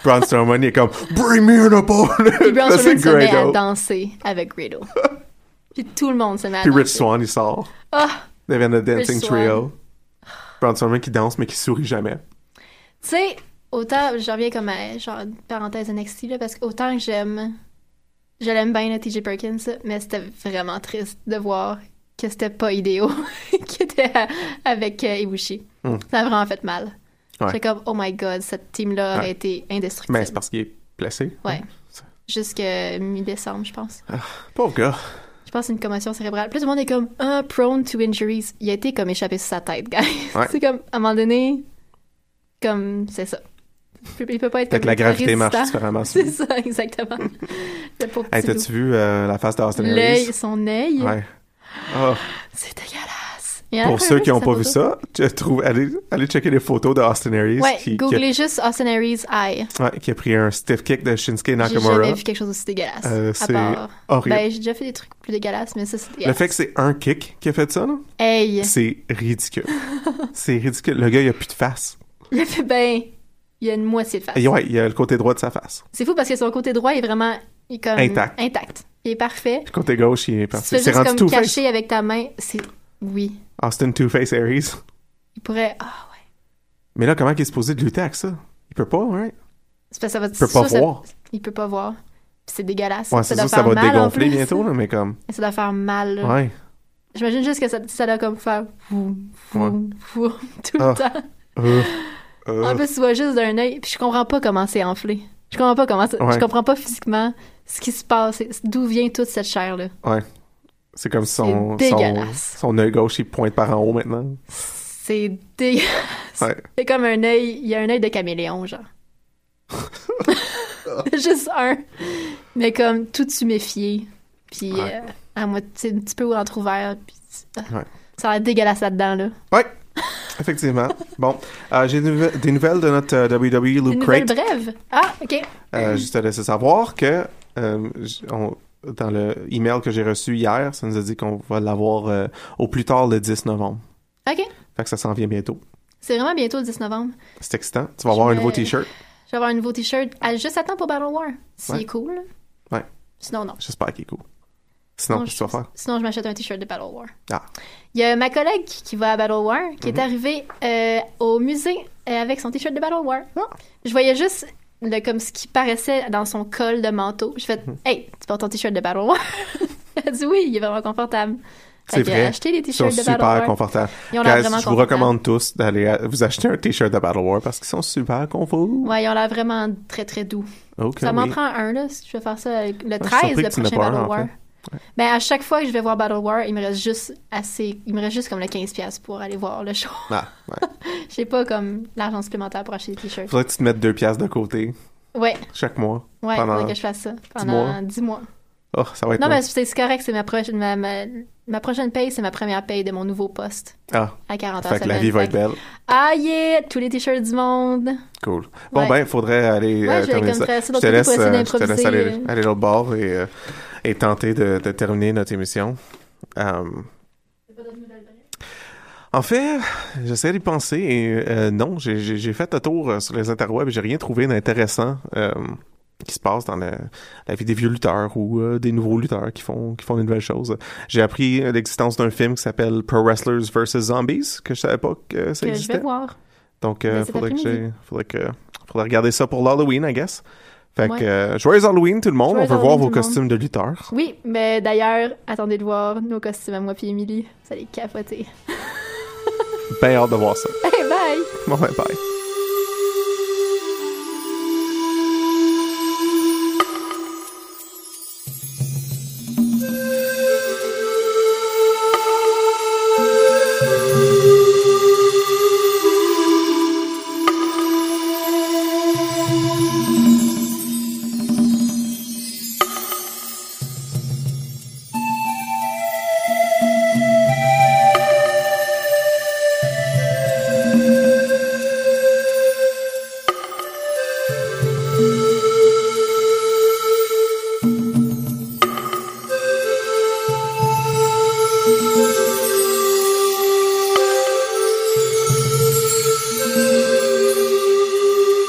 Braun Strowman, il est comme « Bring me an opponent! » <laughs> Puis Brown Là, c'est Strowman se met à Grado. danser avec <laughs> Grado. puis tout le monde se met à Puis danser. Rich Swan, il sort. Ah! Ils deviennent le Dancing Rich Swann. Trio. Braun Strowman qui danse, mais qui sourit jamais. Tu sais, autant, je reviens comme à, genre, une parenthèse NXT, là, parce que autant que j'aime, je l'aime bien, le TJ Perkins, là, mais c'était vraiment triste de voir que c'était pas <laughs> idéal qu'il était à- avec euh, Ibushi. Hmm. Ça a vraiment fait mal. Ouais. J'étais comme, oh my god, cette team-là aurait Ouais. été indestructible. Mais c'est parce qu'il est blessé. Ouais. Jusqu'à mi-décembre, je pense. Pauvre gars. Je pense que c'est une commotion cérébrale. Plus tout le monde est comme, ah, prone to injuries. Il a été comme échappé sur sa tête, guys. <laughs> Ouais. c'est comme, à un moment donné, comme, c'est ça. Il peut- Il peut pas être Peut-être comme que la gravité marche résistant. <laughs> différemment. C'est ça, exactement. Le pauvre Hey, petit loup. t'as-tu vu euh, la face d'Austin L'œil, Harris? son œil, Ouais. Ah, c'est dégueulasse. Il y en a un pour ceux peu qui n'ont sa pas vu photo. ça, je trouve, allez, allez checker les photos d'Austin Harris Ouais, qui, qui, googlez juste Austin Aries Eye. a, ouais, qui a pris un stiff kick de Shinsuke J'ai jamais Nakamura. vu quelque chose aussi dégueulasse. Euh, à c'est part. horrible. Ben, j'ai déjà fait des trucs plus dégueulasses, mais ça, c'est Le dégueulasse. fait que c'est un kick qui a fait ça, là, Hey, c'est <laughs> ridicule. c'est ridicule. Le gars, il a plus de face. il a fait ben, il a une moitié de face. Et ouais, il a le côté droit de sa face. C'est fou parce que son côté droit est vraiment il est comme Intact. Il est parfait. Le côté gauche, il est Si tu parfait. fais C'est juste rendu comme Two-Face. caché avec ta main, c'est. Oui. Austin Two-Face Harris. Il pourrait. Ah ouais. Mais là, comment il est supposé de lutter avec ça? Il peut pas, right? C'est parce que ça va. Il peut pas voir. Il peut pas voir. Puis C'est dégueulasse. Ouais, c'est doit sûr que ça faire va mal en dégonfler plus. Mm. bientôt, là, mais comme... Et Ça doit faire mal. là. Ouais. J'imagine juste que ça, ça doit comme faire voum, voum, voum, <laughs> tout le Ah. temps. Euh, euh. En plus, tu vois juste d'un œil. Puis je comprends pas comment c'est enflé. Je comprends pas comment. ça- Ouais. Je comprends pas physiquement ce qui se passe. et D'où vient toute cette chair là. C'est comme si son, C'est son, dégueulasse. son œil gauche, il pointe par en haut maintenant. C'est <laughs> dégueulasse. Ouais. C'est comme un œil, il y a un œil de <laughs> caméléon, genre. <laughs> Juste un. Mais comme tout tuméfié, puis Ouais. euh, à moitié, un petit peu entrouvert, puis ah, Ouais. ça a l'air dégueulasse là-dedans, là. Ouais, <laughs> effectivement. bon, euh, j'ai des nouvel- des nouvelles de notre euh, WWE Une Loot nouvelle Crate. brève. Ah, OK. Euh, juste te laisser savoir que euh, j- on- dans le email que j'ai reçu hier, ça nous a dit qu'on va l'avoir euh, au plus tard le 10 novembre. OK. Fait que ça s'en vient bientôt. C'est vraiment bientôt le 10 novembre. C'est excitant. Tu vas avoir un vais- nouveau t-shirt. Je vais avoir un nouveau Ah, t-shirt à- juste à temps pour Battle War. C'est Ouais. cool. Ouais. Sinon, non. J'espère qu'il est cool. Sinon, Non, qu'est-ce je- que tu vas faire? Sinon, je m'achète un t-shirt de Battle War. Ah. Mhm. Il y a ma collègue qui va à Battle War, qui est arrivée euh, au musée euh, avec son t-shirt de Battle War. Ah. Je voyais juste le, comme ce qui paraissait dans son col de manteau. Je fais Mhm. Hey, tu portes ton t-shirt de Battle War? <laughs> Elle a dit oui, il est vraiment confortable. Fait C'est que, vrai. Achetez des Ils sont t-shirts de Battle super War. confortables. Ils ont l'air Guys, vraiment je vous confortables. recommande tous d'aller à- vous acheter un t-shirt de Battle War parce qu'ils sont super confortables. Ouais, ils ont l'air vraiment très très doux. Ok, ça m'en oui. prend un, là, si je vais faire ça avec le suis 13, surpris le que tu n'aies prochain pas un, Battle en War. fait. Ben, à chaque fois que je vais voir Battle War, il me reste juste assez. Il me reste juste comme le 15$ pour aller voir le show. <laughs> Ah, ouais. J'ai pas comme l'argent supplémentaire pour acheter des t-shirts. Faudrait que tu te mettes deux piastres de côté Ouais, chaque mois. ouais, Pendant faudrait que je fasse ça pendant 10 mois. Oh, ça va être Non, long. mais c'est c'est correct, c'est ma, prochaine ma, ma, ma prochaine paye, c'est ma première paye de mon nouveau poste Ah, à 40 heures fait que la semaine. vie va Fait être que- belle. Ah yeah, tous les t-shirts du monde. Cool. Bon, Ouais. ben, faudrait aller Ouais, euh, je vais terminer comme ça. Je faire ça te, d'autre côté laisse, pour essayer euh, je te laisse d'improviser, aller, euh. aller l'autre bord et, euh, et tenter de, de terminer notre émission. Euh, en fait, j'essaie d'y penser et euh, non, j'ai- j'ai j'ai fait le tour euh, sur les interwebs et j'ai rien trouvé d'intéressant euh, qui se passe dans la, la vie des vieux lutteurs ou euh, des nouveaux lutteurs qui font qui font des nouvelles choses. J'ai appris euh, l'existence d'un film qui s'appelle Pro Wrestlers vs Zombies que je savais pas que euh, ça Que je existait. vais voir. Donc, Ben, euh, cet faudrait, que après-midi. j'ai- faudrait que faudrait regarder ça pour l'Halloween, I guess. Fait que, Ouais. euh, joyeux Halloween, tout le monde. Joyeux On veut voir vos Halloween, tout le monde. costumes de lutteurs. Oui, mais d'ailleurs, attendez de voir nos costumes à moi puis Émilie. Vous allez capoter. Ben hâte de voir ça. Hey, <laughs> bye! Bon, ben, bye.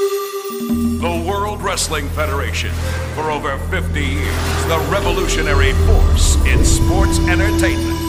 The World Wrestling Federation, for over 50 years, the revolutionary force in sports entertainment.